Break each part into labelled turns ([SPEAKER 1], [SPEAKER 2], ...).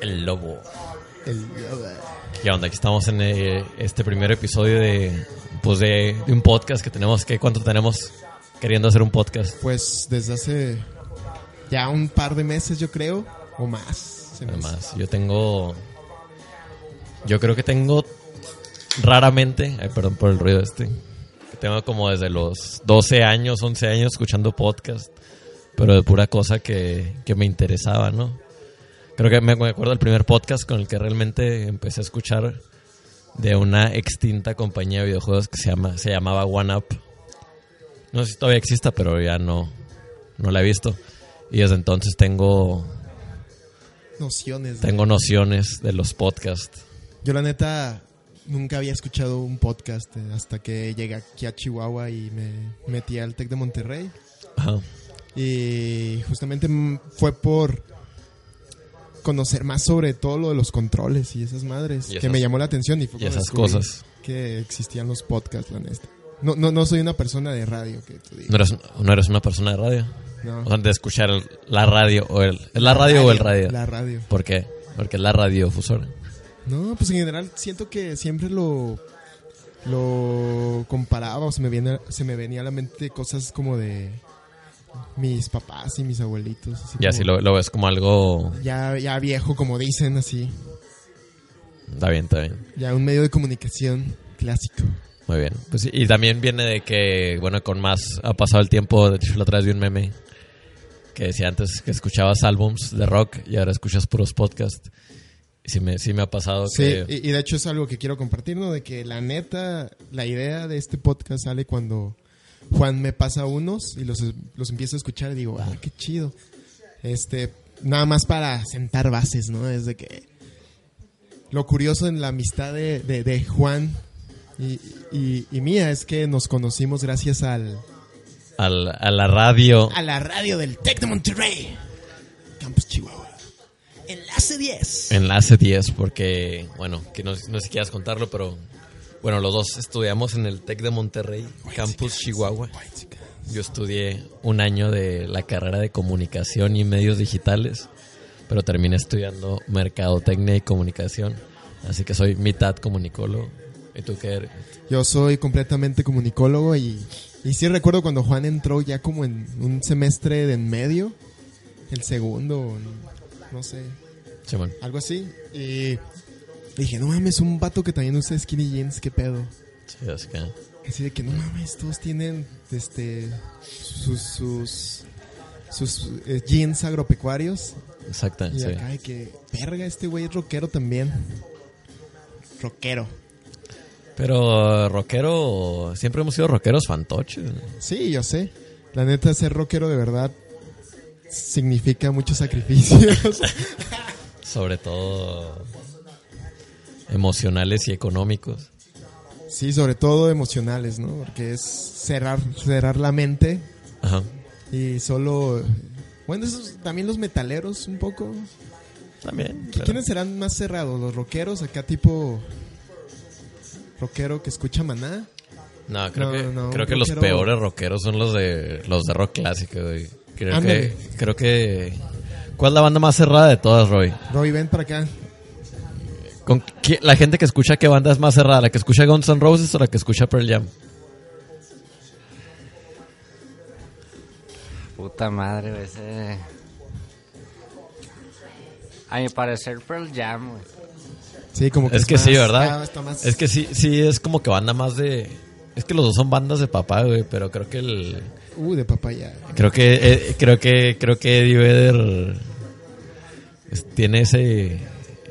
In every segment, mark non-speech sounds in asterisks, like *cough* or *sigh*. [SPEAKER 1] El lobo.
[SPEAKER 2] El-
[SPEAKER 1] ¿Qué onda? Aquí estamos en eh, este primer episodio de, pues de, de un podcast que tenemos. que ¿Cuánto tenemos queriendo hacer un podcast?
[SPEAKER 2] pues desde hace ya un par de meses, yo creo, o más. se me hace.
[SPEAKER 1] Además, yo tengo... Yo creo que tengo raramente... Ay, perdón por el ruido este. que Tengo como desde los 12 años, 11 años escuchando podcast. Pero de pura cosa que, que me interesaba, ¿no? Creo que me, me acuerdo del primer podcast con el que realmente empecé a escuchar de una extinta compañía de videojuegos que se, llama, se llamaba One Up. No sé si todavía exista, pero ya no, no la he visto. Y desde entonces tengo
[SPEAKER 2] Nociones. de-
[SPEAKER 1] tengo nociones de los podcasts.
[SPEAKER 2] Yo la neta nunca había escuchado un podcast eh, hasta que llegué aquí a Chihuahua y me metí al Tec de Monterrey.
[SPEAKER 1] Ajá.
[SPEAKER 2] Y justamente mm, fue por conocer más sobre todo lo de los controles y esas madres
[SPEAKER 1] Y
[SPEAKER 2] que
[SPEAKER 1] esas-
[SPEAKER 2] me llamó la atención y fue
[SPEAKER 1] y
[SPEAKER 2] cuando
[SPEAKER 1] esas
[SPEAKER 2] descubrí
[SPEAKER 1] cosas.
[SPEAKER 2] que existían los podcasts, la neta. No, no, no soy una persona de radio que tú
[SPEAKER 1] ¿No
[SPEAKER 2] digas.
[SPEAKER 1] eres, no eres una persona de radio?
[SPEAKER 2] No.
[SPEAKER 1] O sea, de escuchar el- la radio o el... ¿Es la radio o el radio?
[SPEAKER 2] La radio.
[SPEAKER 1] ¿Por qué? Porque es la radiofusora.
[SPEAKER 2] No, pues en general siento que siempre lo lo comparaba o se me viene se me venía a la mente cosas como de mis papás y mis abuelitos así
[SPEAKER 1] Y así
[SPEAKER 2] como-
[SPEAKER 1] lo, lo ves como algo...
[SPEAKER 2] ya ya viejo como dicen así
[SPEAKER 1] Está bien, está bien.
[SPEAKER 2] ya un medio de comunicación clásico
[SPEAKER 1] Muy bien. Pues sí, y también viene de que, bueno, con más ha pasado el tiempo. De hecho, la otra vez vi un meme que decía antes que escuchabas álbums de rock y ahora escuchas puros podcasts. Y sí me, sí me ha pasado
[SPEAKER 2] sí
[SPEAKER 1] que...
[SPEAKER 2] y, y de hecho es algo que quiero compartir no de que la neta la idea de este podcast sale cuando Juan me pasa unos y los los empiezo a escuchar y digo ah qué chido este nada más para sentar bases no es de que lo curioso en la amistad de, de- de Juan y, y- y mía es que nos conocimos gracias al,
[SPEAKER 1] al- a la radio...
[SPEAKER 2] a la radio del Tec de Monterrey, Campus Chihuahua. Enlace 10.
[SPEAKER 1] Enlace 10, porque, bueno, que no, no sé si quieras contarlo, pero bueno, los dos estudiamos en el TEC de Monterrey, Campus Chihuahua. Yo estudié un año de la carrera de comunicación y medios digitales, pero terminé estudiando mercadotecnia y comunicación. Así que soy mitad comunicólogo. ¿Y tú qué eres?
[SPEAKER 2] Yo soy completamente comunicólogo y, y sí recuerdo cuando Juan entró ya como en un semestre de en medio, el segundo, no sé,
[SPEAKER 1] Simón?
[SPEAKER 2] algo así. Y dije, no mames, un vato que también usa skinny jeans, qué pedo.
[SPEAKER 1] Sí, así que-
[SPEAKER 2] Así de que no mames, todos tienen este sus sus, sus eh, jeans agropecuarios.
[SPEAKER 1] Exacta,
[SPEAKER 2] Y
[SPEAKER 1] sí.
[SPEAKER 2] acá de que, verga, este güey es rockero también. Rockero.
[SPEAKER 1] Pero rockero, siempre hemos sido rockeros fantoches.
[SPEAKER 2] Sí, yo sé. La neta, ser rockero de verdad significa muchos *laughs* sacrificios.
[SPEAKER 1] sobre todo emocionales y económicos.
[SPEAKER 2] sí, sobre todo emocionales, ¿no? Porque es cerrar, cerrar la mente
[SPEAKER 1] Ajá.
[SPEAKER 2] y solo... Bueno, esos también los metaleros un poco.
[SPEAKER 1] También.
[SPEAKER 2] ¿Qui- ¿Quiénes serán más cerrados? ¿Los rockeros? Acá tipo... Rockero que escucha maná.
[SPEAKER 1] No, creo
[SPEAKER 2] No,
[SPEAKER 1] que,
[SPEAKER 2] no,
[SPEAKER 1] creo que
[SPEAKER 2] rockero-
[SPEAKER 1] los peores rockeros son los de los de rock clásico, güey. Creo
[SPEAKER 2] Ándale.
[SPEAKER 1] que, creo que ¿Cuál es la banda más cerrada de todas, Roy?
[SPEAKER 2] Roy, ven para acá.
[SPEAKER 1] ¿Con qué- la gente que escucha qué banda es más cerrada, la que escucha Guns N' Roses o la que escucha Pearl Jam?
[SPEAKER 3] Puta madre, güey, ese... A mi parecer Pearl Jam, güey.
[SPEAKER 2] Sí, como que
[SPEAKER 1] Es que
[SPEAKER 2] más-
[SPEAKER 1] sí,
[SPEAKER 2] ah,
[SPEAKER 1] ¿verdad?
[SPEAKER 2] está más-
[SPEAKER 1] Es que sí, sí es como que banda más de es que los dos son bandas de papá, güey, pero creo que el
[SPEAKER 2] Uh, de papaya.
[SPEAKER 1] Creo que eh, creo que creo que Eddie Vedder es- tiene ese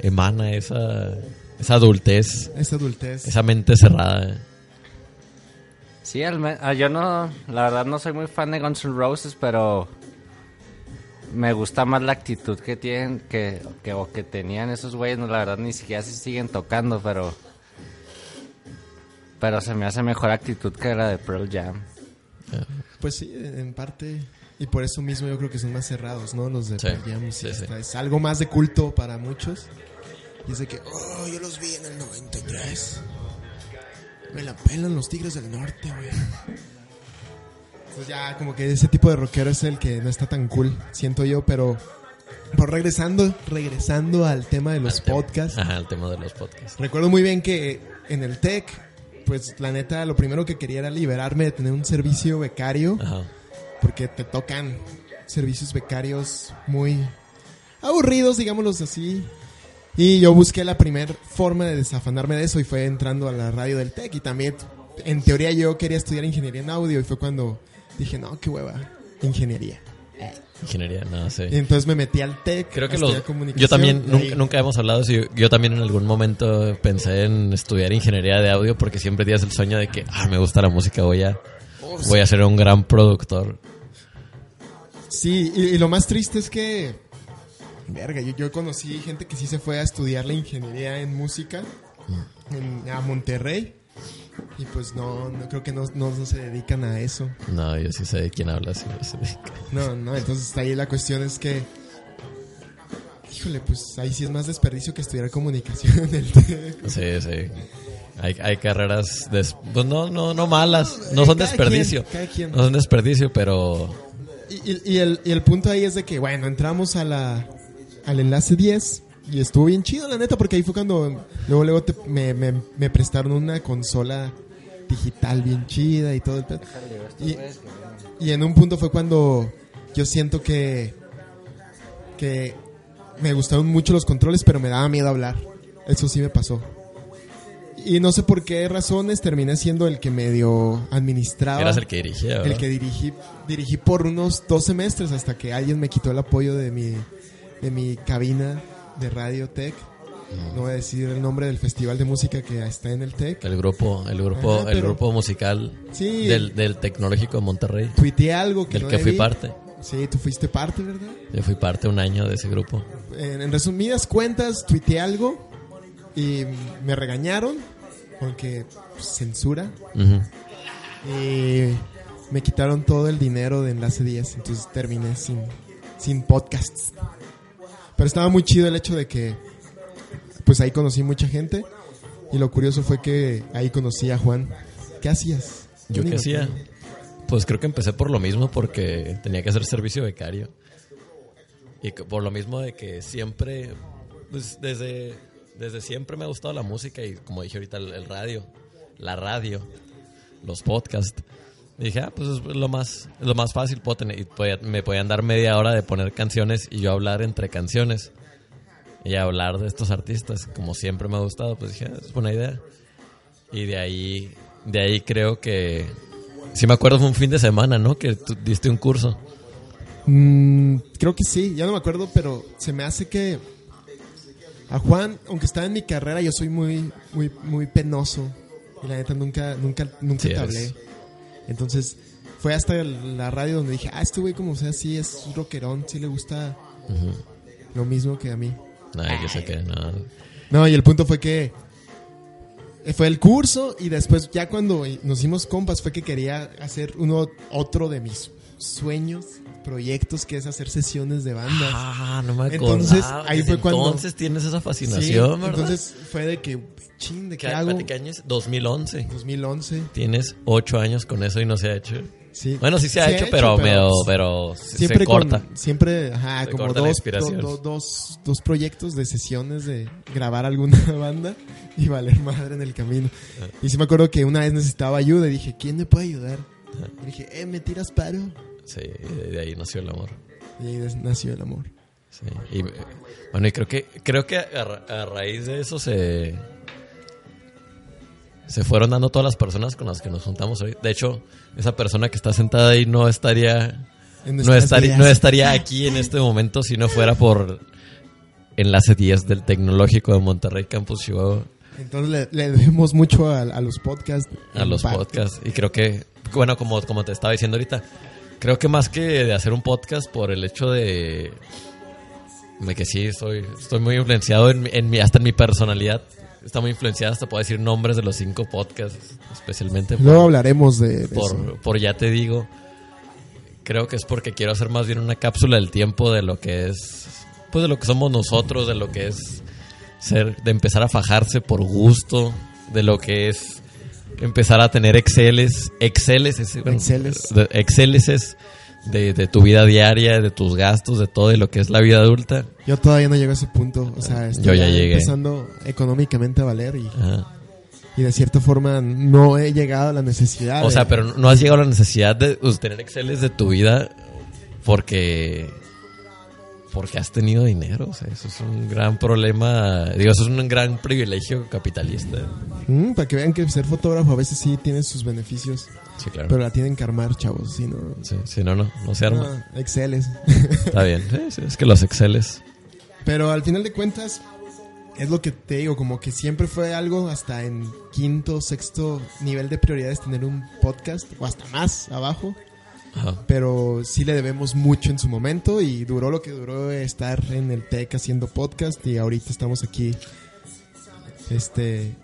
[SPEAKER 1] emana esa esa adultez,
[SPEAKER 2] Esa adultez.
[SPEAKER 1] esa mente cerrada.
[SPEAKER 3] Sí, al men- ah, yo no, la verdad no soy muy fan de Guns N' Roses, pero me gusta más la actitud que tienen, que, que, o que tenían esos güeyes. No, la verdad, ni siquiera se siguen tocando, pero. Pero se me hace mejor actitud que la de Pearl Jam.
[SPEAKER 2] Pues sí, en parte. Y por eso mismo yo creo que son más cerrados, ¿no? Los de
[SPEAKER 1] Sí,
[SPEAKER 2] Pearl Jam, sí,
[SPEAKER 1] sí, sí.
[SPEAKER 2] hasta Es algo más de culto para muchos. Y es de que, oh, yo los vi en el 93. Me la pelan los tigres del norte, güey. Entonces ya, como que ese tipo de rockero es el que no está tan cool, siento yo, pero... Por regresando, regresando al tema de los
[SPEAKER 1] Al tema-
[SPEAKER 2] podcasts.
[SPEAKER 1] Ajá, el tema de los podcasts.
[SPEAKER 2] Recuerdo muy bien que en el TEC, pues la neta, lo primero que quería era liberarme de tener un servicio becario,
[SPEAKER 1] Ajá.
[SPEAKER 2] porque te tocan servicios becarios muy aburridos, digámoslos así. Y yo busqué la primera forma de desafanarme de eso y fue entrando a la radio del TEC. Y también, en teoría, yo quería estudiar ingeniería en audio y fue cuando dije, no, qué hueva, ingeniería.
[SPEAKER 1] Ingeniería, no, sí.
[SPEAKER 2] Y entonces me metí al TEC.
[SPEAKER 1] Creo que
[SPEAKER 2] a estudiar
[SPEAKER 1] los,
[SPEAKER 2] Eh, comunicación,
[SPEAKER 1] yo también,
[SPEAKER 2] y
[SPEAKER 1] nunca,
[SPEAKER 2] ahí-
[SPEAKER 1] nunca hemos hablado, si yo, yo también en algún momento pensé en estudiar ingeniería de audio porque siempre tienes el sueño de que, ah, me gusta la música, voy a,
[SPEAKER 2] Oh,
[SPEAKER 1] voy a ser un gran productor.
[SPEAKER 2] Sí, y, y lo más triste es que. Verga, yo, yo conocí gente que sí se fue a estudiar la ingeniería en música en- a Monterrey. Y pues no, no creo que no, no- no se dedican a eso.
[SPEAKER 1] No, yo sí sé de quién hablas. sí, sí.
[SPEAKER 2] No, no, entonces ahí la cuestión es que. Híjole, pues ahí sí es más desperdicio que estudiar comunicación en el *laughs* TEC.
[SPEAKER 1] Sí, sí. Hay, hay carreras, des- pues no, no, no malas, no son
[SPEAKER 2] Cada
[SPEAKER 1] desperdicio.
[SPEAKER 2] quien, cada quien.
[SPEAKER 1] No son desperdicio, pero
[SPEAKER 2] Y, y- y el, y el punto ahí es de que, bueno, entramos a la, al enlace 10 y estuvo bien chido, la neta, porque ahí fue cuando luego, luego te- me, me, me prestaron una consola digital bien chida y todo el pedo. Y, y en un punto fue cuando yo siento que, que me gustaron mucho los controles, pero me daba miedo hablar. Eso sí me pasó. Y no sé por qué razones terminé siendo el que medio administraba.
[SPEAKER 1] eras el que dirigía, ¿verdad?
[SPEAKER 2] Ah, El que dirigí, dirigí por unos dos semestres hasta que alguien me quitó el apoyo de mi, de mi cabina de Radio Tech. No voy a decir el nombre del festival de música que está en el Tech.
[SPEAKER 1] El grupo, el grupo,
[SPEAKER 2] Ajá,
[SPEAKER 1] el
[SPEAKER 2] pero-
[SPEAKER 1] grupo musical
[SPEAKER 2] Sí.
[SPEAKER 1] del, del Tecnológico de Monterrey,
[SPEAKER 2] Tuiteé algo que
[SPEAKER 1] del
[SPEAKER 2] no
[SPEAKER 1] que fui
[SPEAKER 2] debí.
[SPEAKER 1] parte.
[SPEAKER 2] Sí, tú fuiste parte, ¿verdad?
[SPEAKER 1] Yo fui parte un año de ese grupo.
[SPEAKER 2] En, en resumidas cuentas, tuiteé algo y me regañaron porque pues, censura.
[SPEAKER 1] Ujú.
[SPEAKER 2] Y Eh, me quitaron todo el dinero de Enlace 10, entonces terminé sin, sin podcasts. Pero estaba muy chido el hecho de que, pues ahí conocí mucha gente. Y lo curioso fue que ahí conocí a Juan. ¿Qué hacías?
[SPEAKER 1] ¿Yo qué
[SPEAKER 2] Único,
[SPEAKER 1] hacía? Pues creo que empecé por lo mismo porque tenía que hacer servicio becario. Y que- por lo mismo de que siempre, pues desde, desde siempre me ha gustado la música y como dije ahorita, el, el radio, la radio, los podcasts. Y dije, ah, pues es lo más, es lo más fácil. Puedo tener, y podía- me podían dar media hora de poner canciones y yo hablar entre canciones. Y hablar de estos artistas, como siempre me ha gustado, pues dije, ah, es buena idea. Y de ahí, de ahí creo que. Si me acuerdo, fue un fin de semana, ¿no? Que tú diste un curso.
[SPEAKER 2] Mm, creo que sí, ya no me acuerdo, pero se me hace que a Juan, aunque estaba en mi carrera, yo soy muy, muy, muy penoso. Y la neta nunca, nunca, nunca
[SPEAKER 1] Sí
[SPEAKER 2] te
[SPEAKER 1] eres.
[SPEAKER 2] hablé. Entonces, fue hasta el- la radio donde dije, ah, este güey como sea, sí es un rockerón, sí le gusta lo mismo que a mí.
[SPEAKER 1] Ay, yo sé que no.
[SPEAKER 2] No, y el punto fue que eh, fue el curso y después ya cuando nos hicimos compas fue que quería hacer uno otro de mis sueños, proyectos que es hacer sesiones de bandas.
[SPEAKER 1] Ah, no me acuerdo.
[SPEAKER 2] Entonces, ahí fue cuando-
[SPEAKER 1] Entonces tienes esa
[SPEAKER 2] Sí,
[SPEAKER 1] fascinación, ¿verdad?
[SPEAKER 2] entonces fue de que chin, de qué
[SPEAKER 1] ¿Qué,
[SPEAKER 2] hago?
[SPEAKER 1] espérate, ¿qué año es? 2011.
[SPEAKER 2] 2011.
[SPEAKER 1] Tienes ocho años con eso y no se ha hecho.
[SPEAKER 2] Sí.
[SPEAKER 1] Bueno, sí se ha hecho, pero, medio- pero se-
[SPEAKER 2] siempre
[SPEAKER 1] se
[SPEAKER 2] con-
[SPEAKER 1] corta.
[SPEAKER 2] siempre, ajá,
[SPEAKER 1] Se
[SPEAKER 2] como
[SPEAKER 1] corta la
[SPEAKER 2] dos,
[SPEAKER 1] inspiración.
[SPEAKER 2] do- do- dos, dos proyectos de sesiones de grabar alguna *laughs* banda y valer madre en el camino.
[SPEAKER 1] Ah.
[SPEAKER 2] Y sí me acuerdo que una vez necesitaba ayuda y dije, ¿quién me puede ayudar?
[SPEAKER 1] Ah.
[SPEAKER 2] Y dije, eh, ¿me tiras paro?
[SPEAKER 1] Sí, de ahí nació el amor.
[SPEAKER 2] Y ahí des- nació el amor.
[SPEAKER 1] Sí, y, eh, bueno, y creo que, creo que a, ra- a raíz de eso se, se fueron dando todas las personas con las que nos juntamos hoy. De hecho, esa persona que está sentada ahí no estaría,
[SPEAKER 2] En
[SPEAKER 1] no
[SPEAKER 2] nuestras
[SPEAKER 1] estaría,
[SPEAKER 2] vidas.
[SPEAKER 1] no estaría aquí en este momento si no fuera por enlace 10 del Tecnológico de Monterrey Campus Chihuahua
[SPEAKER 2] Entonces le, le debemos mucho a, a los podcasts.
[SPEAKER 1] a
[SPEAKER 2] en
[SPEAKER 1] los
[SPEAKER 2] parte.
[SPEAKER 1] podcasts. Y creo que, bueno, como, como te estaba diciendo ahorita, Creo que más que de hacer un podcast por el hecho de, de que sí, estoy, estoy muy influenciado en, mi- en mi, hasta en mi personalidad. Está muy influenciado, hasta puedo decir nombres de los cinco podcasts, especialmente por,
[SPEAKER 2] Luego hablaremos de, de eso.
[SPEAKER 1] por, por Ya Te Digo. Creo que es porque quiero hacer más bien una cápsula del tiempo de lo que es, pues de lo que somos nosotros, de lo que es ser, de empezar a fajarse por gusto, de lo que es empezar a tener Exceles, Exceles, es- bueno,
[SPEAKER 2] Exceles.
[SPEAKER 1] de- Exceleses de, de tu vida diaria, de tus gastos, de todo, de lo que es la vida adulta.
[SPEAKER 2] Yo todavía no llego a ese punto. O sea, estoy
[SPEAKER 1] Ah, Yo ya llegué.
[SPEAKER 2] empezando económicamente a valer y,
[SPEAKER 1] Ajá.
[SPEAKER 2] y de cierta forma no he llegado a la necesidad.
[SPEAKER 1] O
[SPEAKER 2] de-
[SPEAKER 1] sea, pero no has llegado a la necesidad de us- tener Exceles de tu vida porque porque has tenido dinero. O sea, eso es un gran problema. Digo, eso es un gran privilegio capitalista.
[SPEAKER 2] Mm, para que vean que ser fotógrafo a veces sí tiene sus beneficios.
[SPEAKER 1] Sí, claro.
[SPEAKER 2] Pero la tienen que armar, chavos. Si no,
[SPEAKER 1] Sí, sí, no, no, no se arma.
[SPEAKER 2] Ah, Exceles.
[SPEAKER 1] Está bien. Sí, sí, es que los Exceles.
[SPEAKER 2] *laughs* Pero al final de cuentas, es lo que te digo, como que siempre fue algo hasta en quinto, sexto nivel de prioridades tener un podcast o hasta más abajo.
[SPEAKER 1] Ajá.
[SPEAKER 2] Pero sí le debemos mucho en su momento y duró lo que duró estar en el TEC haciendo podcast y ahorita estamos aquí este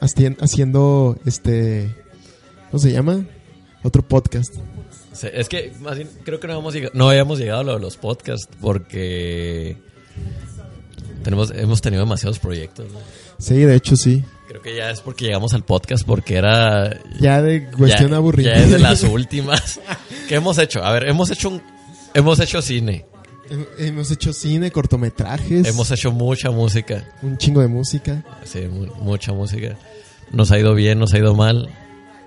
[SPEAKER 2] hastien- haciendo este ¿cómo se llama? Otro podcast.
[SPEAKER 1] Sí, es que más bien, creo que no, hemos llegado- no habíamos llegado a lo de los podcasts porque tenemos, hemos tenido demasiados proyectos. ¿no?
[SPEAKER 2] Sí, de hecho sí.
[SPEAKER 1] Creo que ya es porque llegamos al podcast porque era
[SPEAKER 2] Ya de cuestión
[SPEAKER 1] ya,
[SPEAKER 2] aburrida.
[SPEAKER 1] ya es de
[SPEAKER 2] *laughs*
[SPEAKER 1] las últimas. ¿Qué hemos hecho? A ver, hemos hecho un, hemos hecho cine,
[SPEAKER 2] Hemos hecho cine, cortometrajes,
[SPEAKER 1] hemos hecho mucha música,
[SPEAKER 2] un chingo de música
[SPEAKER 1] sí, mu- mucha música. Nos ha ido bien, nos ha ido mal.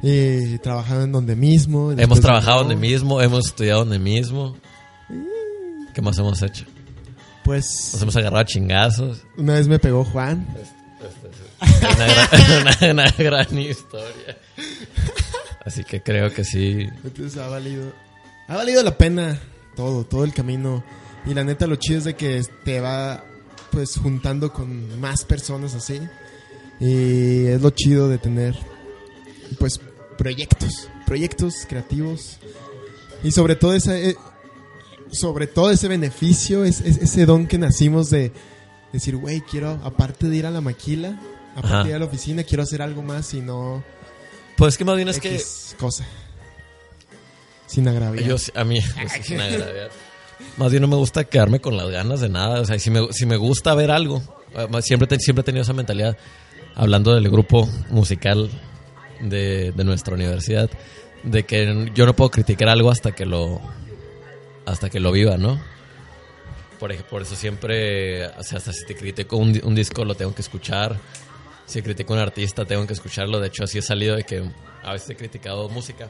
[SPEAKER 2] y eh, trabajado en donde mismo.
[SPEAKER 1] hemos
[SPEAKER 2] después-
[SPEAKER 1] trabajado donde mismo, hemos estudiado donde mismo. ¿Qué más hemos hecho? Nos
[SPEAKER 2] Pues
[SPEAKER 1] hemos agarrado a chingazos.
[SPEAKER 2] una vez me pegó Juan.
[SPEAKER 1] Una gran, *laughs* una- una gran historia. Así que creo que sí.
[SPEAKER 2] Entonces ha valido. Ha valido la pena todo, todo el camino. Y la neta, lo chido es de que te va pues juntando con más personas así. Y es lo chido de tener pues proyectos. Proyectos creativos. Y sobre todo esa. eh, sobre todo ese beneficio, es, es- ese don que nacimos de decir, güey, quiero, aparte de ir a la maquila, aparte
[SPEAKER 1] Ajá.
[SPEAKER 2] de ir a la oficina, quiero hacer algo más y no
[SPEAKER 1] Pues que más bien es que
[SPEAKER 2] X cosa. Sin agraviar.
[SPEAKER 1] Yo, sí- a mí, *laughs* pues, es una gravedad. Más bien no me gusta quedarme con las ganas de nada. O sea, si me, si me gusta ver algo, eh, más- siempre, te- siempre he tenido esa mentalidad. Hablando del grupo musical de, de nuestra universidad, de que n- yo no puedo criticar algo hasta que lo, hasta que lo viva, ¿no? Por, ej- por eso siempre, o sea, hasta si te critico un, di- un disco, lo tengo que escuchar. Si critico a un artista, tengo que escucharlo. De hecho, así he salido de que a veces he criticado música.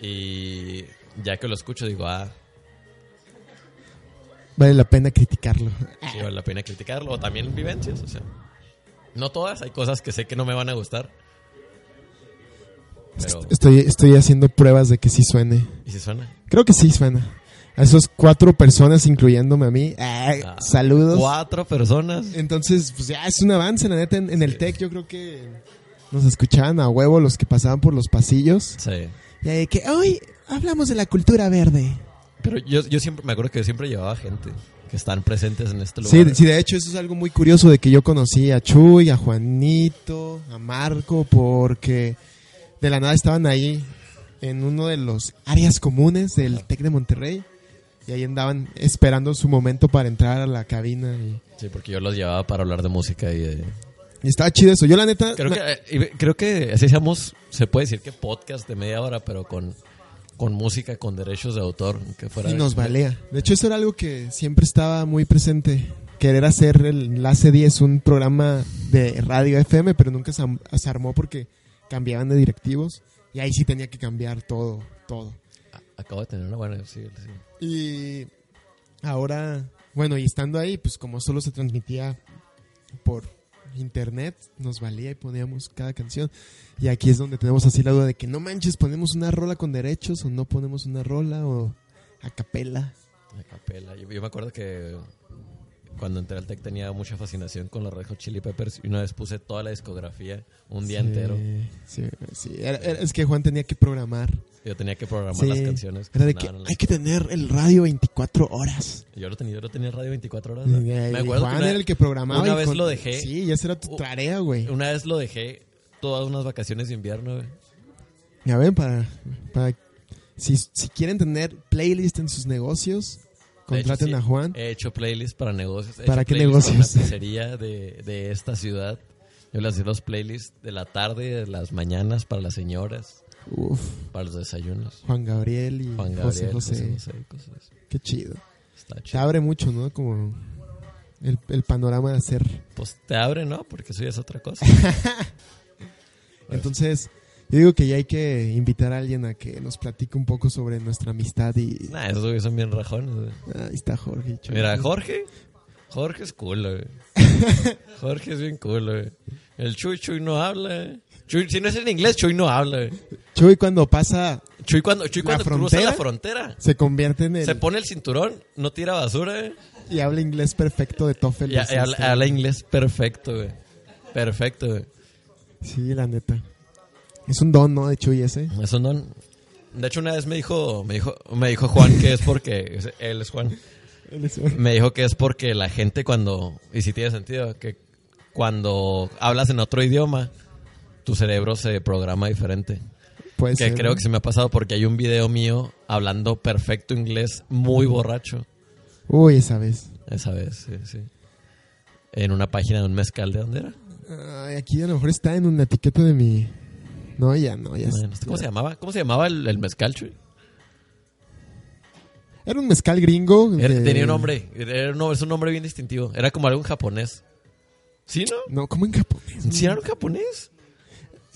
[SPEAKER 1] Y ya que lo escucho, digo, ah,
[SPEAKER 2] Vale la pena criticarlo.
[SPEAKER 1] sí vale la pena criticarlo. O también vivencias, o sea. No todas, hay cosas que sé que no me van a gustar. Pero,
[SPEAKER 2] Estoy, estoy haciendo pruebas de que sí suene.
[SPEAKER 1] ¿y si suena?
[SPEAKER 2] Creo que sí suena. A esos cuatro personas, incluyéndome a mí. Ah,
[SPEAKER 1] Ah,
[SPEAKER 2] saludos.
[SPEAKER 1] Cuatro personas.
[SPEAKER 2] Entonces, pues ya es un avance, la neta. En, en el tech yo creo que nos escuchaban a huevo los que pasaban por los pasillos.
[SPEAKER 1] Sí.
[SPEAKER 2] Y ahí de que hoy hablamos de la cultura verde.
[SPEAKER 1] Pero yo, yo siempre, me acuerdo que yo siempre llevaba gente que están presentes en este
[SPEAKER 2] Sí,
[SPEAKER 1] lugar.
[SPEAKER 2] sí, de hecho eso es algo muy curioso de que yo conocí a Chuy, a Juanito, a Marco, porque de la nada estaban ahí en uno de los áreas comunes del TEC de Monterrey y ahí andaban esperando su momento para entrar a la cabina y,
[SPEAKER 1] Sí, porque yo los llevaba para hablar de música y de...
[SPEAKER 2] y estaba chido eso. Yo la neta,
[SPEAKER 1] Creo
[SPEAKER 2] na-
[SPEAKER 1] que, eh, y- creo que así seamos, se puede decir que podcast de media hora, pero con, con música, con derechos de autor, que fuera...
[SPEAKER 2] y nos valea. De hecho eso era algo que siempre estaba muy presente, querer hacer el Enlace 10 un programa de radio FM, pero nunca se am- se armó porque cambiaban de directivos y ahí sí tenía que cambiar todo, todo.
[SPEAKER 1] A- Ah, Acabo de tener una buena... sí, sí.
[SPEAKER 2] Y ahora, bueno, y estando ahí, pues como solo se transmitía por internet, nos valía y poníamos cada canción. Y aquí es donde tenemos así la duda de que no manches, ponemos una rola con derechos o no ponemos una rola o a capela.
[SPEAKER 1] A capela. Yo, yo me acuerdo que cuando entré al TEC tenía mucha fascinación con los Red Hot Chili Peppers y una vez puse toda la discografía un día entero.
[SPEAKER 2] Sí, sí, sí. Era- era- es que Juan tenía que programar
[SPEAKER 1] Yo tenía que programar
[SPEAKER 2] Sí.
[SPEAKER 1] las canciones.
[SPEAKER 2] Era de que
[SPEAKER 1] sonaban en la-
[SPEAKER 2] hay que tener el radio 24 horas.
[SPEAKER 1] Yo lo tenía, yo lo tenía en radio 24 horas.
[SPEAKER 2] Y-
[SPEAKER 1] Ah, Me
[SPEAKER 2] y
[SPEAKER 1] acuerdo que
[SPEAKER 2] Juan
[SPEAKER 1] una-
[SPEAKER 2] era el que programaba.
[SPEAKER 1] Una
[SPEAKER 2] y
[SPEAKER 1] vez
[SPEAKER 2] con-
[SPEAKER 1] lo dejé. Uh,
[SPEAKER 2] Sí, y esa era tu
[SPEAKER 1] U-
[SPEAKER 2] tarea, güey.
[SPEAKER 1] Una vez lo dejé todas unas vacaciones de invierno, güey.
[SPEAKER 2] Ya ven, para, para si, si quieren tener playlist en sus negocios,
[SPEAKER 1] De hecho,
[SPEAKER 2] contraten
[SPEAKER 1] sí, eh,
[SPEAKER 2] a Juan.
[SPEAKER 1] He hecho playlists para negocios. he
[SPEAKER 2] ¿Para
[SPEAKER 1] hecho
[SPEAKER 2] qué
[SPEAKER 1] playlists
[SPEAKER 2] negocios?
[SPEAKER 1] Para la pizzería de, de esta ciudad. Yo le hacía los playlists de la tarde, de las mañanas, para las señoras,
[SPEAKER 2] Uf,
[SPEAKER 1] para los desayunos.
[SPEAKER 2] Juan Gabriel y
[SPEAKER 1] Juan
[SPEAKER 2] José,
[SPEAKER 1] Gabriel,
[SPEAKER 2] José
[SPEAKER 1] José José, cosas así.
[SPEAKER 2] Qué chido.
[SPEAKER 1] Está
[SPEAKER 2] Te
[SPEAKER 1] chido.
[SPEAKER 2] abre mucho, ¿no? Como el, el panorama de hacer.
[SPEAKER 1] Pues te abre, ¿no? Porque eso ya es otra
[SPEAKER 2] *laughs*
[SPEAKER 1] cosa. Pues.
[SPEAKER 2] Entonces, yo digo que ya hay que invitar a alguien a que nos platique un poco sobre nuestra amistad y...
[SPEAKER 1] nah, esos güeyes son bien rajones, güey.
[SPEAKER 2] Ahí está Jorge. chulo.
[SPEAKER 1] Mira, Jorge. Jorge es cool, güey.
[SPEAKER 2] *laughs*
[SPEAKER 1] Jorge es bien cool, güey. El Chuy, Chuy no habla, eh. Chuy, si no es en inglés, Chuy no habla, güey.
[SPEAKER 2] Chuy cuando pasa
[SPEAKER 1] Chuy cuando, Chuy
[SPEAKER 2] ¿La
[SPEAKER 1] cuando cruza la
[SPEAKER 2] frontera?
[SPEAKER 1] frontera,
[SPEAKER 2] se convierte en
[SPEAKER 1] se
[SPEAKER 2] el...
[SPEAKER 1] pone el cinturón, no tira basura, eh.
[SPEAKER 2] Y habla inglés perfecto de Toffel.
[SPEAKER 1] Y, y habla, habla inglés perfecto, güey. Perfecto, güey.
[SPEAKER 2] Sí, la neta. Es un don, ¿no? De Chuy ese.
[SPEAKER 1] Eso no. De hecho, una vez me dijo, me dijo, me dijo Juan que es porque, él es Juan.
[SPEAKER 2] Él es un-
[SPEAKER 1] Me dijo que es porque la gente cuando, y si tiene sentido, que cuando hablas en otro idioma, tu cerebro se programa diferente.
[SPEAKER 2] Puede
[SPEAKER 1] Que
[SPEAKER 2] ser,
[SPEAKER 1] creo
[SPEAKER 2] ¿no?
[SPEAKER 1] que se me ha pasado porque hay un video mío hablando perfecto inglés, muy borracho,
[SPEAKER 2] Uy, esa vez.
[SPEAKER 1] esa vez, sí, sí. En una página de un mezcal, ¿de dónde era?
[SPEAKER 2] Ay, aquí a lo mejor está en una etiqueta de mi... No, ya no, ya.
[SPEAKER 1] Bueno, este- ¿Cómo se llamaba? ¿Cómo se llamaba el, el mezcal, Chuy?
[SPEAKER 2] Era un mezcal gringo.
[SPEAKER 1] Era-
[SPEAKER 2] de-
[SPEAKER 1] Tenía un nombre, era, no, es un nombre bien distintivo. Era como algo en japonés. ¿Sí, no?
[SPEAKER 2] No, como en japonés.
[SPEAKER 1] ¿Sí era algo en japonés?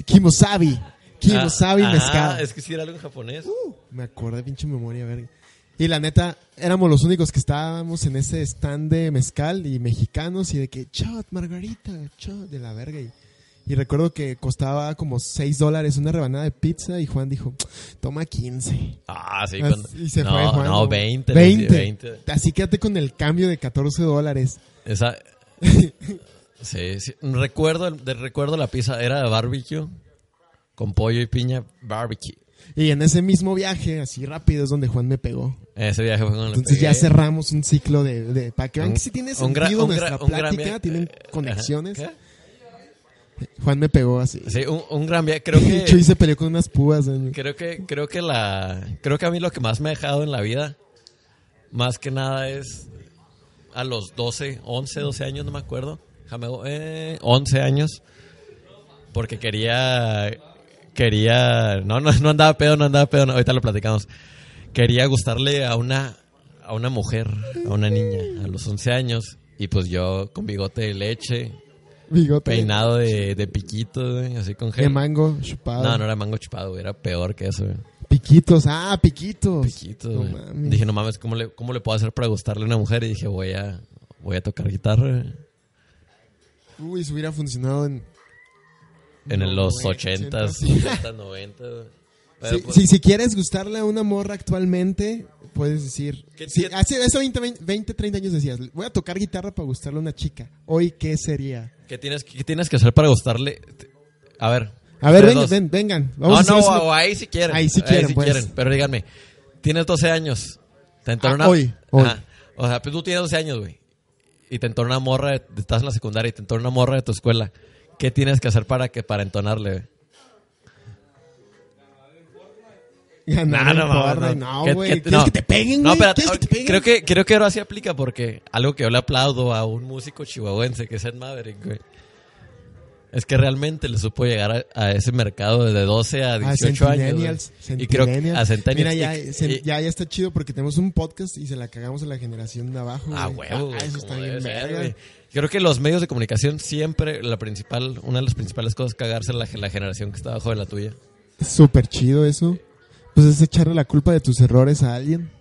[SPEAKER 2] Kimosabi. Kimosabi
[SPEAKER 1] Ah,
[SPEAKER 2] mezcal.
[SPEAKER 1] ah, es que sí era algo en japonés.
[SPEAKER 2] Me acordé, pinche memoria, verga. Y la neta, éramos los únicos que estábamos en ese stand de mezcal y mexicanos y de que, shot, margarita, shot, de la verga. Y, y recuerdo que costaba como 6 dólares una rebanada de pizza y Juan dijo, toma 15.
[SPEAKER 1] Ah, sí,
[SPEAKER 2] Ah,
[SPEAKER 1] cuando...
[SPEAKER 2] Y se
[SPEAKER 1] no,
[SPEAKER 2] fue Juan.
[SPEAKER 1] No,
[SPEAKER 2] como,
[SPEAKER 1] 20.
[SPEAKER 2] 20.
[SPEAKER 1] 20.
[SPEAKER 2] Así quédate con el cambio de 14 dólares. *laughs*
[SPEAKER 1] Esa... sí, sí. Recuerdo, el- de, recuerdo la pizza, era de barbecue, con pollo y piña, barbecue.
[SPEAKER 2] Y en ese mismo viaje, así rápido, es donde Juan me pegó.
[SPEAKER 1] Ese viaje fue con el
[SPEAKER 2] Entonces ya cerramos un ciclo de... de- para que vean que sí tiene sentido nuestra plática, tienen
[SPEAKER 1] eh,
[SPEAKER 2] conexiones. Juan me pegó así.
[SPEAKER 1] Sí, un, un gran viaje.
[SPEAKER 2] *laughs*
[SPEAKER 1] Creo
[SPEAKER 2] Y Chuy
[SPEAKER 1] que,
[SPEAKER 2] se peleó con unas púas. en-
[SPEAKER 1] creo que, creo que la, creo que a mí lo que más me ha dejado en la vida, más que nada es a los 12, 11, 12 años, no me acuerdo. Déjame, eh, 11 años. Porque quería. Quería. No, no, no andaba pedo, no andaba pedo. no, ahorita lo platicamos. Quería gustarle a una. A una mujer, a una niña, a los 11 años. Y pues yo con bigote de leche,
[SPEAKER 2] Bigote.
[SPEAKER 1] peinado de, de piquito, güey, así con
[SPEAKER 2] De
[SPEAKER 1] gel.
[SPEAKER 2] mango, chupado.
[SPEAKER 1] No, no era mango chupado, güey, era peor que eso, güey.
[SPEAKER 2] Piquitos. Ah, piquitos.
[SPEAKER 1] Piquito,
[SPEAKER 2] No
[SPEAKER 1] güey.
[SPEAKER 2] mames.
[SPEAKER 1] Dije, no mames, ¿cómo le, ¿cómo le puedo hacer para gustarle a una mujer? Y dije, voy a, voy a tocar guitarra güey.
[SPEAKER 2] Uy, eso hubiera funcionado en...
[SPEAKER 1] en
[SPEAKER 2] No,
[SPEAKER 1] los
[SPEAKER 2] güey,
[SPEAKER 1] 80,
[SPEAKER 2] *laughs* 80s.
[SPEAKER 1] 70, 90. güey. Pero,
[SPEAKER 2] Si,
[SPEAKER 1] pues,
[SPEAKER 2] si, si quieres gustarle a una morra actualmente, puedes decir...
[SPEAKER 1] ¿Qué-
[SPEAKER 2] Sí,
[SPEAKER 1] qué-
[SPEAKER 2] hace hace 20, 20, 20, 30 años decías, voy a tocar guitarra para gustarle a una chica. Hoy, ¿qué sería?
[SPEAKER 1] ¿qué, tienes, ¿Qué tienes que hacer para gustarle? A ver.
[SPEAKER 2] A ver,
[SPEAKER 1] ustedes
[SPEAKER 2] ven,
[SPEAKER 1] dos.
[SPEAKER 2] ven, vengan. Vamos
[SPEAKER 1] no,
[SPEAKER 2] a
[SPEAKER 1] no,
[SPEAKER 2] hacer
[SPEAKER 1] o-
[SPEAKER 2] eso.
[SPEAKER 1] o ahí si quieren.
[SPEAKER 2] Ahí sí quieren, pues.
[SPEAKER 1] Pero díganme, tienes 12 años. Te entró
[SPEAKER 2] Ah,
[SPEAKER 1] una-
[SPEAKER 2] hoy, hoy.
[SPEAKER 1] Ajá. O sea, pues tú tienes 12 años, güey. Y te entró una morra, de- estás en la secundaria y te entró una morra de tu escuela. ¿Qué tienes que hacer para que para entonarle, güey?
[SPEAKER 2] Ganar
[SPEAKER 1] No,
[SPEAKER 2] en
[SPEAKER 1] no, mames, no.
[SPEAKER 2] porra, no,
[SPEAKER 1] ¿Qué-
[SPEAKER 2] güey.
[SPEAKER 1] qué-
[SPEAKER 2] ¿Quieres
[SPEAKER 1] no.
[SPEAKER 2] que te peguen,
[SPEAKER 1] No,
[SPEAKER 2] güey?
[SPEAKER 1] espérate,
[SPEAKER 2] ¿Quieres que te peguen?
[SPEAKER 1] creo que, creo que ahora sí aplica porque algo que yo le aplaudo a un músico chihuahuense que es Ed Maverick, güey. Es que realmente le supo llegar a, a ese mercado de 12 a 18 años. güey.
[SPEAKER 2] Ah, Centennials,
[SPEAKER 1] Y creo que a
[SPEAKER 2] Centennials.
[SPEAKER 1] Centennials.
[SPEAKER 2] Mira, ya,
[SPEAKER 1] Y-
[SPEAKER 2] se-
[SPEAKER 1] y-
[SPEAKER 2] ya, ya está chido porque tenemos un podcast y se la cagamos a la generación de abajo.
[SPEAKER 1] Ah,
[SPEAKER 2] güey.
[SPEAKER 1] huevo.
[SPEAKER 2] Ah,
[SPEAKER 1] güey, como
[SPEAKER 2] eso está
[SPEAKER 1] debe
[SPEAKER 2] bien,
[SPEAKER 1] ser,
[SPEAKER 2] verga.
[SPEAKER 1] güey. Creo que los medios de comunicación siempre, la principal, una de las principales cosas es cagarse la, la generación que está abajo de la tuya.
[SPEAKER 2] Súper chido eso. Pues es echarle la culpa de tus errores a alguien.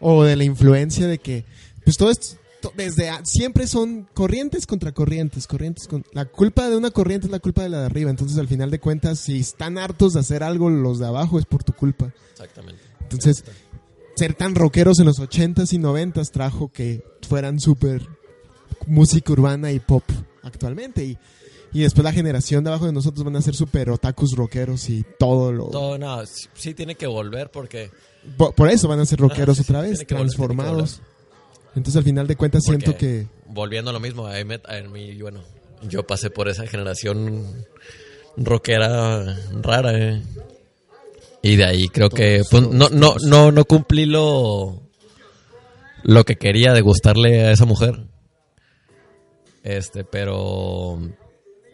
[SPEAKER 2] O de la influencia de que. Pues todo esto. to- Desde a- siempre son corrientes contra corrientes, corrientes con la culpa de una corriente es la culpa de la de arriba, entonces al final de cuentas si están hartos de hacer algo los de abajo es por tu culpa.
[SPEAKER 1] Exactamente.
[SPEAKER 2] Entonces, ser tan rockeros en los 80s y 90s trajo que fueran súper música urbana y pop actualmente. Y Y después la generación de abajo de nosotros van a ser super otakus rockeros y todo lo...
[SPEAKER 1] Todo, no, sí, sí tiene que volver porque...
[SPEAKER 2] Por, por eso van a ser
[SPEAKER 1] *laughs*
[SPEAKER 2] rockeros
[SPEAKER 1] sí, sí,
[SPEAKER 2] otra
[SPEAKER 1] sí,
[SPEAKER 2] vez,
[SPEAKER 1] tiene que volver, tiene que
[SPEAKER 2] transformados. Entonces al final de cuentas
[SPEAKER 1] porque,
[SPEAKER 2] siento que...
[SPEAKER 1] Volviendo a lo mismo, a mí, a mí, bueno, yo pasé por esa generación rockera rara, eh. Y de ahí creo que pues, no, no, no, no cumplí lo, lo que quería de gustarle a esa mujer. Este, pero...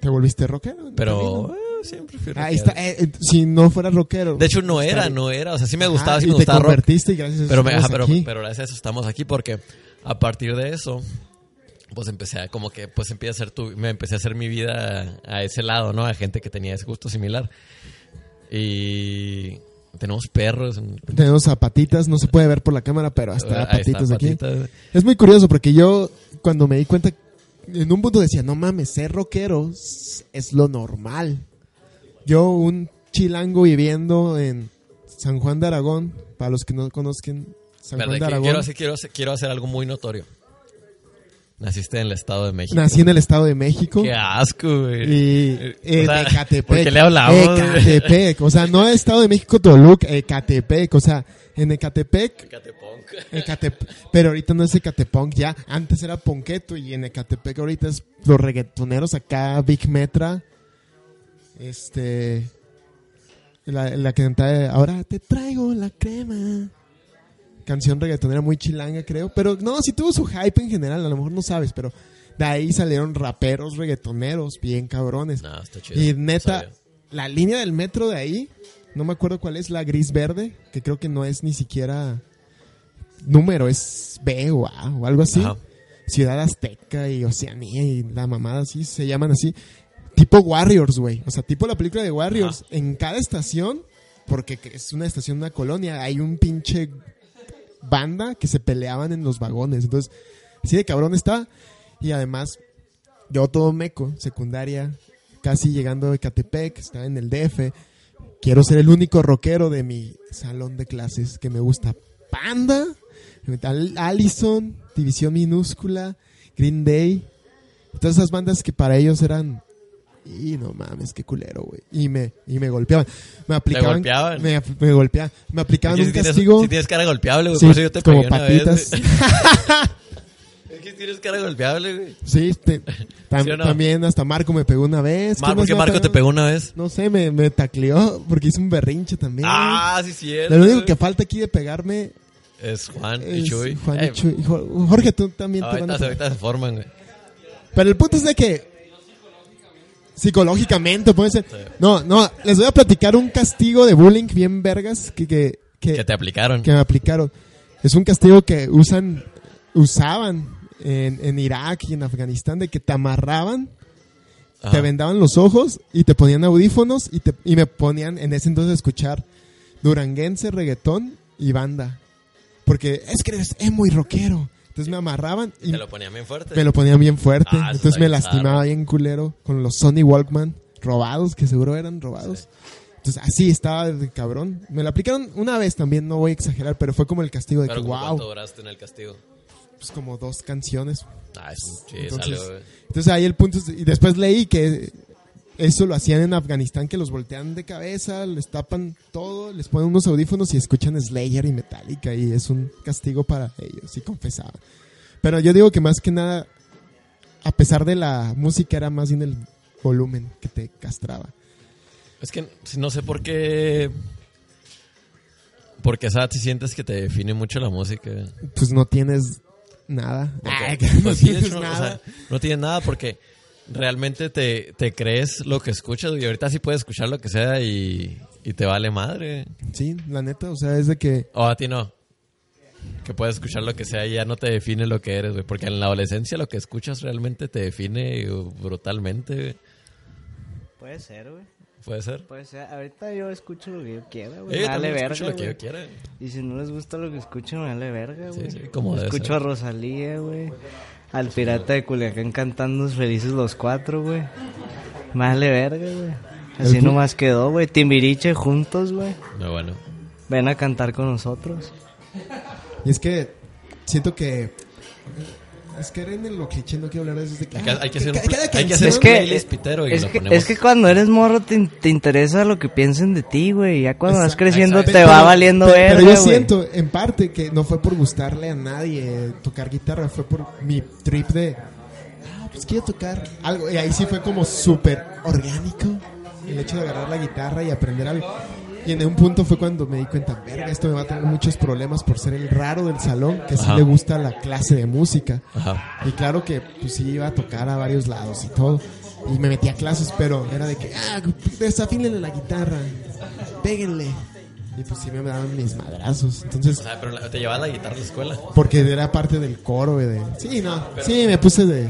[SPEAKER 2] ¿Te volviste rockero?
[SPEAKER 1] Pero... eh, siempre fui
[SPEAKER 2] Ahí
[SPEAKER 1] rockero.
[SPEAKER 2] está. eh, eh, si no fueras rockero...
[SPEAKER 1] De hecho, no era, no era. O sea, sí me gustaba,
[SPEAKER 2] Ah,
[SPEAKER 1] sí
[SPEAKER 2] y
[SPEAKER 1] me
[SPEAKER 2] te
[SPEAKER 1] gustaba rock.
[SPEAKER 2] convertiste y gracias a eso
[SPEAKER 1] Pero, me- ajá,
[SPEAKER 2] estamos
[SPEAKER 1] pero,
[SPEAKER 2] aquí.
[SPEAKER 1] pero gracias a eso estamos aquí porque a partir de eso, pues empecé a como que, pues empieza a hacer tu, me empecé a hacer mi vida a ese lado, ¿no? A gente que tenía ese gusto similar. Y tenemos perros. ah,
[SPEAKER 2] Tenemos zapatitas, no se puede ver por la cámara, pero hasta
[SPEAKER 1] Ahí está,
[SPEAKER 2] patitas aquí.
[SPEAKER 1] patitas.
[SPEAKER 2] Es muy curioso porque yo cuando me di cuenta, en un punto decía, no mames, ser rockero es es lo normal. Yo, un chilango viviendo en San Juan de Aragón, para los que no conozcan San
[SPEAKER 1] Espérate,
[SPEAKER 2] Juan de
[SPEAKER 1] que-
[SPEAKER 2] Aragón,
[SPEAKER 1] quiero, hacer, quiero, hacer, quiero hacer algo muy notorio. Naciste en el Estado de México.
[SPEAKER 2] nací en el Estado de México.
[SPEAKER 1] Qué asco, güey.
[SPEAKER 2] Y
[SPEAKER 1] Eh,
[SPEAKER 2] eh,
[SPEAKER 1] o sea,
[SPEAKER 2] de Ecatepec.
[SPEAKER 1] ¿por qué le hablamos?
[SPEAKER 2] Ecatepec, o sea, no Estado de México, Toluca, Ecatepec, o sea, en Ecatepec
[SPEAKER 1] Ecatepec.
[SPEAKER 2] Ecatep- pero ahorita no es Ecatepunk ya. Antes era Ponqueto y en Ecatepec ahorita es los reggaetoneros acá, Big Metra. Este. La, la que cantaba de, ahora te traigo la crema. Canción reggaetonera muy chilanga, creo. Pero no, sí tuvo su hype en general, a lo mejor no sabes, pero de ahí salieron raperos reggaetoneros bien cabrones.
[SPEAKER 1] No, está chido.
[SPEAKER 2] Y
[SPEAKER 1] No
[SPEAKER 2] neta,
[SPEAKER 1] sabía.
[SPEAKER 2] la línea del metro de ahí, no me acuerdo cuál es, la gris verde, que creo que no es ni siquiera número, es B o A o algo así.
[SPEAKER 1] Ajá.
[SPEAKER 2] Ciudad Azteca y Oceanía y la mamada así, se llaman así. Tipo Warriors, güey. O sea, tipo la película de Warriors. En cada estación, porque que es una estación, una colonia, hay un pinche banda que se peleaban en los vagones. Entonces, así de cabrón está. Y además, yo todo meco, secundaria, casi llegando de Catepec, estaba en el DF. Quiero ser el único rockero de mi salón de clases que me gusta. Panda, Al- Allison, División Minúscula, Green Day. Todas esas bandas que para ellos eran... Y no mames, qué culero, güey. Y me, y me golpeaban. Me aplicaban...
[SPEAKER 1] golpeaban?
[SPEAKER 2] Me, me golpeaban. Me aplicaban
[SPEAKER 1] Sí,
[SPEAKER 2] un
[SPEAKER 1] sí tienes-
[SPEAKER 2] castigo.
[SPEAKER 1] sí tienes cara golpeable, güey.
[SPEAKER 2] Sí,
[SPEAKER 1] por eso yo te
[SPEAKER 2] como
[SPEAKER 1] pegué una vez,
[SPEAKER 2] patitas.
[SPEAKER 1] güey.
[SPEAKER 2] *laughs*
[SPEAKER 1] Es que tienes cara golpeable, güey.
[SPEAKER 2] Sí, te-
[SPEAKER 1] *laughs*
[SPEAKER 2] tam-
[SPEAKER 1] ¿Sí o no?
[SPEAKER 2] también hasta Marco me pegó una vez.
[SPEAKER 1] Mar,
[SPEAKER 2] ¿Qué
[SPEAKER 1] ¿Por
[SPEAKER 2] más
[SPEAKER 1] qué
[SPEAKER 2] me
[SPEAKER 1] Marco te
[SPEAKER 2] pegaron?
[SPEAKER 1] pegó una vez?
[SPEAKER 2] No sé, me, me tacleó porque hizo un berrinche también.
[SPEAKER 1] Ah, sí, cierto.
[SPEAKER 2] Lo único
[SPEAKER 1] güey.
[SPEAKER 2] que falta aquí de pegarme
[SPEAKER 1] Es Juan y
[SPEAKER 2] es
[SPEAKER 1] Chuy.
[SPEAKER 2] Juan
[SPEAKER 1] Eh,
[SPEAKER 2] y Chuy. Jo- Jorge, tú también te van a
[SPEAKER 1] Ahorita,
[SPEAKER 2] pegar.
[SPEAKER 1] ahorita se forman, güey.
[SPEAKER 2] Pero el punto es de que psicológicamente puede ser. No, no, les voy a platicar un castigo de bullying bien vergas que, que, que-
[SPEAKER 1] Que te aplicaron.
[SPEAKER 2] que me aplicaron. Es un castigo que usan, usaban en, en Irak y en Afganistán de que te amarraban
[SPEAKER 1] Ajá.
[SPEAKER 2] te vendaban los ojos y te ponían audífonos y, te, y me ponían en ese entonces a escuchar duranguense, reggaetón y banda. Porque es que eres emo y rockero. Entonces me amarraban y
[SPEAKER 1] Te lo ponían bien fuerte.
[SPEAKER 2] me lo ponían bien fuerte.
[SPEAKER 1] Ah, eso
[SPEAKER 2] entonces
[SPEAKER 1] está
[SPEAKER 2] me
[SPEAKER 1] bien
[SPEAKER 2] lastimaba
[SPEAKER 1] zarra.
[SPEAKER 2] bien culero con los Sony Walkman robados, que seguro eran robados. Entonces así estaba de cabrón. Me lo aplicaron una vez también, no voy a exagerar, pero fue como el castigo de
[SPEAKER 1] Pero
[SPEAKER 2] que
[SPEAKER 1] como
[SPEAKER 2] wow,
[SPEAKER 1] ¿cuánto duraste en el castigo?
[SPEAKER 2] pues como dos canciones.
[SPEAKER 1] Ah, es- sí,
[SPEAKER 2] Entonces,
[SPEAKER 1] salió, güey.
[SPEAKER 2] entonces ahí el punto es- y después leí que eso lo hacían en Afganistán, que los voltean de cabeza, les tapan todo, les ponen unos audífonos y escuchan Slayer y Metallica y es un castigo para ellos y confesaban. Pero yo digo que más que nada, a pesar de la música era más bien el volumen que te castraba.
[SPEAKER 1] Es que si no sé por qué. Porque esa si sientes que te define mucho la música. güey.
[SPEAKER 2] Pues no tienes nada.
[SPEAKER 1] Porque,
[SPEAKER 2] *laughs* Ay, que Ah, no
[SPEAKER 1] pues sí, de
[SPEAKER 2] tienes
[SPEAKER 1] hecho, o sea,
[SPEAKER 2] nada.
[SPEAKER 1] no tienes nada porque realmente te, te crees lo que escuchas y ahorita sí puedes escuchar lo que sea y, y te vale madre.
[SPEAKER 2] Sí, la neta, o sea, es de que
[SPEAKER 1] O a ti no. Que puedes escuchar lo que sea y ya no te define lo que eres, güey. Porque en la adolescencia lo que escuchas realmente te define uh, brutalmente, güey.
[SPEAKER 4] Puede ser, güey.
[SPEAKER 1] Puede ser.
[SPEAKER 4] Puede ser. Ahorita yo escucho lo que yo quiera, güey.
[SPEAKER 1] Eh,
[SPEAKER 4] Me
[SPEAKER 1] yo
[SPEAKER 4] Vale
[SPEAKER 1] también
[SPEAKER 4] verga.
[SPEAKER 1] escucho lo que yo
[SPEAKER 4] güey.
[SPEAKER 1] quiera.
[SPEAKER 4] Y si no les gusta lo que escucho, me vale verga,
[SPEAKER 1] Sí,
[SPEAKER 4] güey.
[SPEAKER 1] sí, como debe
[SPEAKER 4] escucho
[SPEAKER 1] ser.
[SPEAKER 4] a Rosalía, güey. Al pirata de Culiacán cantando Felices los Cuatro, güey. Me vale verga, güey. Así
[SPEAKER 2] El pu-
[SPEAKER 4] nomás quedó, güey. Timbiriche juntos, güey.
[SPEAKER 1] No, bueno.
[SPEAKER 4] Ven a cantar con nosotros.
[SPEAKER 2] Y es que siento que Es que era en lo cliché, no quiero hablar de eso. de que-
[SPEAKER 1] Hay que, hay que hacer
[SPEAKER 2] Ca-
[SPEAKER 1] un pl-
[SPEAKER 2] cada
[SPEAKER 1] hay que hacer un
[SPEAKER 2] canción-
[SPEAKER 4] Es que-
[SPEAKER 1] playlist pitero y
[SPEAKER 4] Es
[SPEAKER 1] lo
[SPEAKER 4] que,
[SPEAKER 1] ponemos.
[SPEAKER 4] es que cuando eres morro te, in- te interesa lo que piensen de ti, güey. Ya cuando vas
[SPEAKER 2] Exacto.
[SPEAKER 4] creciendo
[SPEAKER 2] Exacto.
[SPEAKER 4] te va
[SPEAKER 2] Pero-
[SPEAKER 4] valiendo
[SPEAKER 2] pero-
[SPEAKER 4] verga,
[SPEAKER 2] Pero yo
[SPEAKER 4] güey.
[SPEAKER 2] siento, en parte, que no fue por gustarle a nadie tocar guitarra, fue por mi trip de. Ah, pues quiero tocar algo. Y ahí sí fue como súper orgánico el hecho de agarrar la guitarra y aprender algo. Y en un punto fue cuando me di cuenta, verga, esto me va a tener muchos problemas por ser el raro del salón que sí
[SPEAKER 1] Ajá.
[SPEAKER 2] le gusta la clase de música.
[SPEAKER 1] Ajá.
[SPEAKER 2] Y claro que pues sí iba a tocar a varios lados y todo. Y me metía a clases, pero era de que, ah, desafínenle la guitarra, péguenle. Y pues sí me daban mis madrazos.
[SPEAKER 1] O
[SPEAKER 2] Entonces,
[SPEAKER 1] sea, pero la- te llevaba la guitarra a la escuela.
[SPEAKER 2] porque era parte del coro, güey, de... Sí, no, sí, me puse de...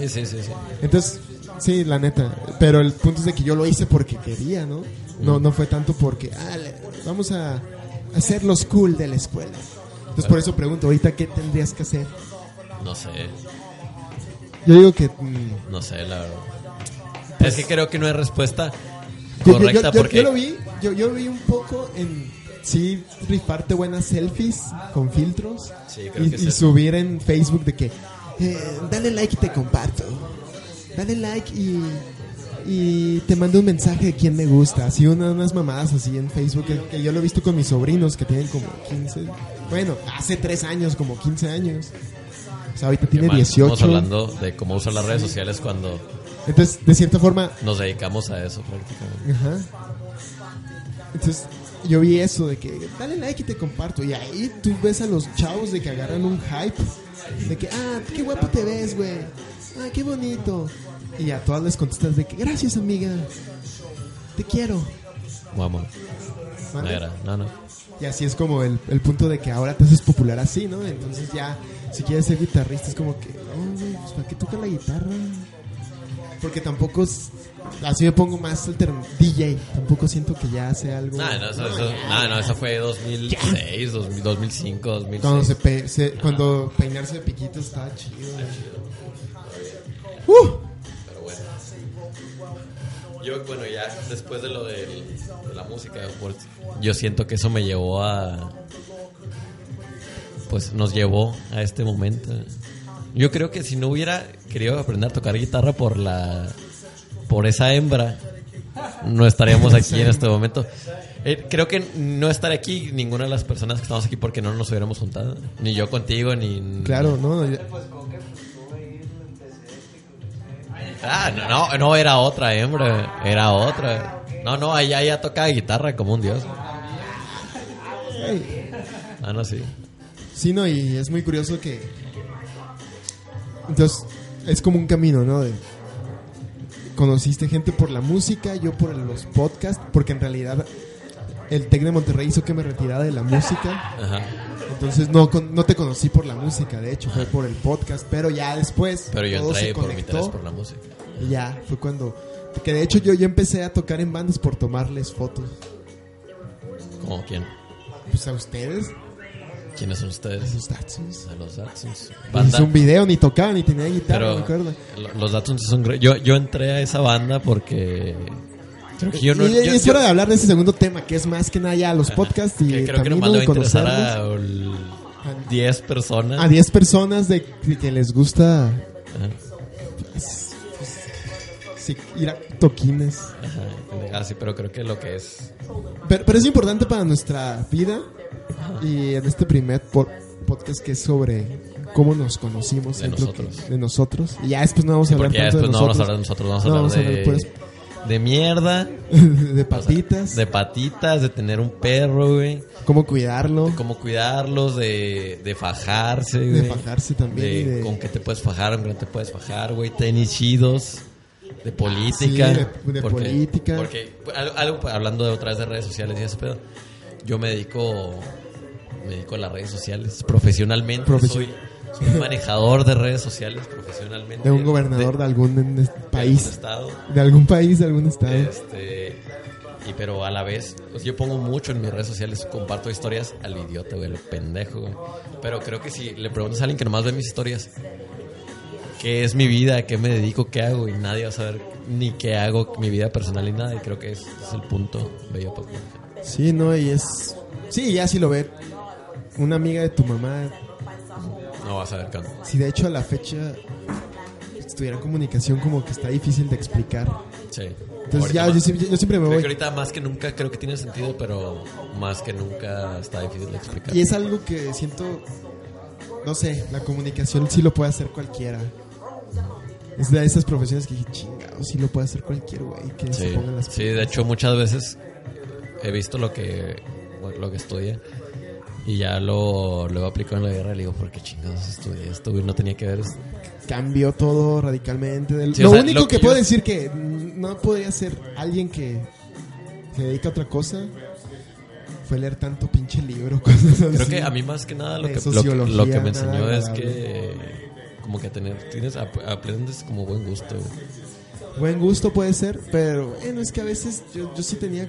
[SPEAKER 1] Sí, sí, sí. sí.
[SPEAKER 2] Entonces, sí, la neta. Pero el punto es de que yo lo hice porque quería, ¿no? No, no fue tanto porque, ah, le- vamos a hacer los cool de la escuela. Entonces, por eso pregunto, ahorita, ¿qué tendrías que hacer?
[SPEAKER 1] No sé,
[SPEAKER 2] Yo digo que... mm,
[SPEAKER 1] no sé, la verdad. es que creo que no hay respuesta
[SPEAKER 2] Yo- yo-
[SPEAKER 1] correcta
[SPEAKER 2] yo, yo-
[SPEAKER 1] porque...
[SPEAKER 2] yo lo vi, yo, yo lo vi un poco en sí rifarte buenas selfies con filtros
[SPEAKER 1] Sí, creo
[SPEAKER 2] y,
[SPEAKER 1] que es
[SPEAKER 2] y
[SPEAKER 1] eso.
[SPEAKER 2] subir en Facebook de que eh, dale like y te comparto, dale like y, y te mando un mensaje de quién me gusta, así una- unas mamadas así en Facebook que, que yo lo he visto con mis sobrinos que tienen como 15, bueno, hace 3 años, como 15 años. O sea, ahorita tiene
[SPEAKER 1] Man, Estamos
[SPEAKER 2] 18.
[SPEAKER 1] hablando de cómo usar las redes sociales cuando
[SPEAKER 2] Entonces, de cierta forma,
[SPEAKER 1] nos dedicamos a eso prácticamente.
[SPEAKER 2] Ajá. Entonces, yo vi eso de que dale like y te comparto. Y ahí tú ves a los chavos de que agarran un hype. De que, ah, qué guapo te ves, güey. Ah, qué bonito. Y a todas les contestas de que, gracias, amiga. Te quiero.
[SPEAKER 1] Vamos, no
[SPEAKER 2] ¿Mande?
[SPEAKER 1] era, no, no.
[SPEAKER 2] Y así es como el, el punto de que ahora te haces popular así, ¿no? Entonces ya, si quieres ser guitarrista, es como que, oh, güey, pues ¿para qué toca la guitarra? Porque tampoco es- así me pongo más altern- DJ. Tampoco siento que ya sea algo.
[SPEAKER 1] No, no, eso, eso- no, no, eso fue 2006, 2000, 2005, 2006.
[SPEAKER 2] Cuando, se pe- se- cuando peinarse de piquito estaba chido. güey. ¡Uh!
[SPEAKER 1] Pero bueno. Yo, bueno, ya después de lo del- de la música, por- yo siento que eso me llevó a. Pues nos llevó a este momento. Yo creo que si no hubiera querido aprender a tocar guitarra por la. por esa hembra, no estaríamos aquí en este momento. Eh, creo que no estar aquí ninguna de las personas que estamos aquí porque no nos hubiéramos juntado. Ni yo contigo, ni.
[SPEAKER 2] Claro, ¿no? Ya-
[SPEAKER 1] Ah, no, no, no, era otra hembra, era otra. No, no, allá ya tocaba guitarra como un dios.
[SPEAKER 2] Ey.
[SPEAKER 1] Ah, no, sí.
[SPEAKER 2] Sí, no, y es muy curioso que. Entonces, es como un camino, ¿no? De, conociste gente por la música, yo por los podcasts, porque en realidad el Tec de Monterrey hizo que me retirara de la música.
[SPEAKER 1] Ajá.
[SPEAKER 2] Entonces, no, con- no te conocí por la música, de hecho, fue por el podcast, pero ya después.
[SPEAKER 1] Pero yo
[SPEAKER 2] todo
[SPEAKER 1] entré
[SPEAKER 2] se
[SPEAKER 1] por mi
[SPEAKER 2] conectó.
[SPEAKER 1] interés por la música.
[SPEAKER 2] Y ya, fue cuando. Que de hecho yo, yo empecé a tocar en bandas por tomarles fotos.
[SPEAKER 1] ¿Cómo quién?
[SPEAKER 2] Pues a ustedes,
[SPEAKER 1] ¿Quiénes son ustedes?
[SPEAKER 2] esos Datsuns.
[SPEAKER 1] A Los Datsuns.
[SPEAKER 2] Hice
[SPEAKER 1] Banda.
[SPEAKER 2] un video, ni tocaba, ni tenía guitarra,
[SPEAKER 1] Pero
[SPEAKER 2] no me acuerdo.
[SPEAKER 1] lo- los Datsuns son. gre- Yo, yo entré a esa banda porque. Creo que yo no.
[SPEAKER 2] y
[SPEAKER 1] yo-
[SPEAKER 2] es
[SPEAKER 1] yo-
[SPEAKER 2] hora de hablar de ese segundo tema, que es más que nada ya los podcasts y
[SPEAKER 1] que
[SPEAKER 2] el
[SPEAKER 1] creo que nomás
[SPEAKER 2] camino
[SPEAKER 1] le va
[SPEAKER 2] de
[SPEAKER 1] a interesar
[SPEAKER 2] conocerlos. Ah,
[SPEAKER 1] a ol- 10 personas.
[SPEAKER 2] A 10 personas de, de que les gusta
[SPEAKER 1] Ajá.
[SPEAKER 2] sí, ir a toquines.
[SPEAKER 1] Ajá. Ah, sí, pero creo que lo que es.
[SPEAKER 2] Pero, pero es importante para nuestra vida y en este primer por- podcast que es sobre cómo nos conocimos
[SPEAKER 1] De
[SPEAKER 2] es lo
[SPEAKER 1] nosotros.
[SPEAKER 2] que- de nosotros. Y ya después no vamos a hablar
[SPEAKER 1] Porque ya
[SPEAKER 2] tanto
[SPEAKER 1] después no vamos a hablar de
[SPEAKER 2] de
[SPEAKER 1] nosotros, vamos a
[SPEAKER 2] No,
[SPEAKER 1] hablar
[SPEAKER 2] vamos a hablar
[SPEAKER 1] de-
[SPEAKER 2] puras-
[SPEAKER 1] de mierda. *laughs*
[SPEAKER 2] nosotros. *laughs* de patitas,
[SPEAKER 1] De patitas, de tener un perro, güey.
[SPEAKER 2] cómo cuidarlo.
[SPEAKER 1] Cómo cuidarlos, de, de fajarse,
[SPEAKER 2] De
[SPEAKER 1] güey.
[SPEAKER 2] fajarse también
[SPEAKER 1] De
[SPEAKER 2] y de-
[SPEAKER 1] Con qué te puedes fajar, con qué no te puedes fajar, güey. Tenis chidos. De política.
[SPEAKER 2] Ah, Sí, de- de política.
[SPEAKER 1] Porque, algo, algo- pues, hablando de otra vez de redes sociales y ese pedo. Yo me dedico. Me dedico a las redes sociales profesionalmente.
[SPEAKER 2] Profesio-
[SPEAKER 1] Soy, soy manejador de redes sociales profesionalmente.
[SPEAKER 2] De un gobernador de, algún en-
[SPEAKER 1] algún
[SPEAKER 2] país.
[SPEAKER 1] estado.
[SPEAKER 2] De algún país, de algún estado.
[SPEAKER 1] Este, y pero a la vez, pues, yo pongo mucho en mis redes sociales, comparto historias al idiota, güey, al pendejo, güey. Pero creo que si le preguntas a alguien que nomás ve mis historias, qué es mi vida, a qué me dedico, qué hago, y nadie va a saber ni qué hago, mi vida personal ni nada, y creo que es, es el punto bello pues, Paco.
[SPEAKER 2] Sí, no, y es. Sí, ya si lo ve una amiga de tu mamá,
[SPEAKER 1] No vas a ver canto.
[SPEAKER 2] Si de hecho a la fecha estudiar comunicación como que está difícil de explicar.
[SPEAKER 1] Sí.
[SPEAKER 2] Entonces ya,
[SPEAKER 1] Ahorita
[SPEAKER 2] yo,
[SPEAKER 1] más-
[SPEAKER 2] siempre- yo siempre me
[SPEAKER 1] Creo que
[SPEAKER 2] voy.
[SPEAKER 1] ahorita más que nunca creo que tiene sentido, pero más que nunca está difícil de explicar.
[SPEAKER 2] Y es algo que siento, no sé, la comunicación sí lo puede hacer cualquiera. Es de esas profesiones que dije, chingado, sí lo puede hacer cualquier güey que se
[SPEAKER 1] Sí,
[SPEAKER 2] ponga las
[SPEAKER 1] sí, de hecho muchas veces he visto lo que lo que estudié y ya lo luego aplico en la guerra y le digo, ¿por qué chingados estudié esto? güey? No tenía que ver esto".
[SPEAKER 2] Cambió todo radicalmente. del-
[SPEAKER 1] Sí,
[SPEAKER 2] lo
[SPEAKER 1] o sea,
[SPEAKER 2] único
[SPEAKER 1] lo
[SPEAKER 2] que,
[SPEAKER 1] que
[SPEAKER 2] puedo
[SPEAKER 1] yo-
[SPEAKER 2] decir que no podría ser alguien que se dedica a otra cosa fue leer tanto pinche libro. *laughs* cosas
[SPEAKER 1] Creo
[SPEAKER 2] así.
[SPEAKER 1] que a mí más que nada lo
[SPEAKER 2] Pues De
[SPEAKER 1] que, lo que, lo que
[SPEAKER 2] sociología,
[SPEAKER 1] me enseñó
[SPEAKER 2] nada
[SPEAKER 1] es
[SPEAKER 2] agradable.
[SPEAKER 1] que como que tener, tienes, ap- aprendes como buen gusto. güey.
[SPEAKER 2] Buen gusto puede ser, pero bueno, es que a veces yo, yo sí tenía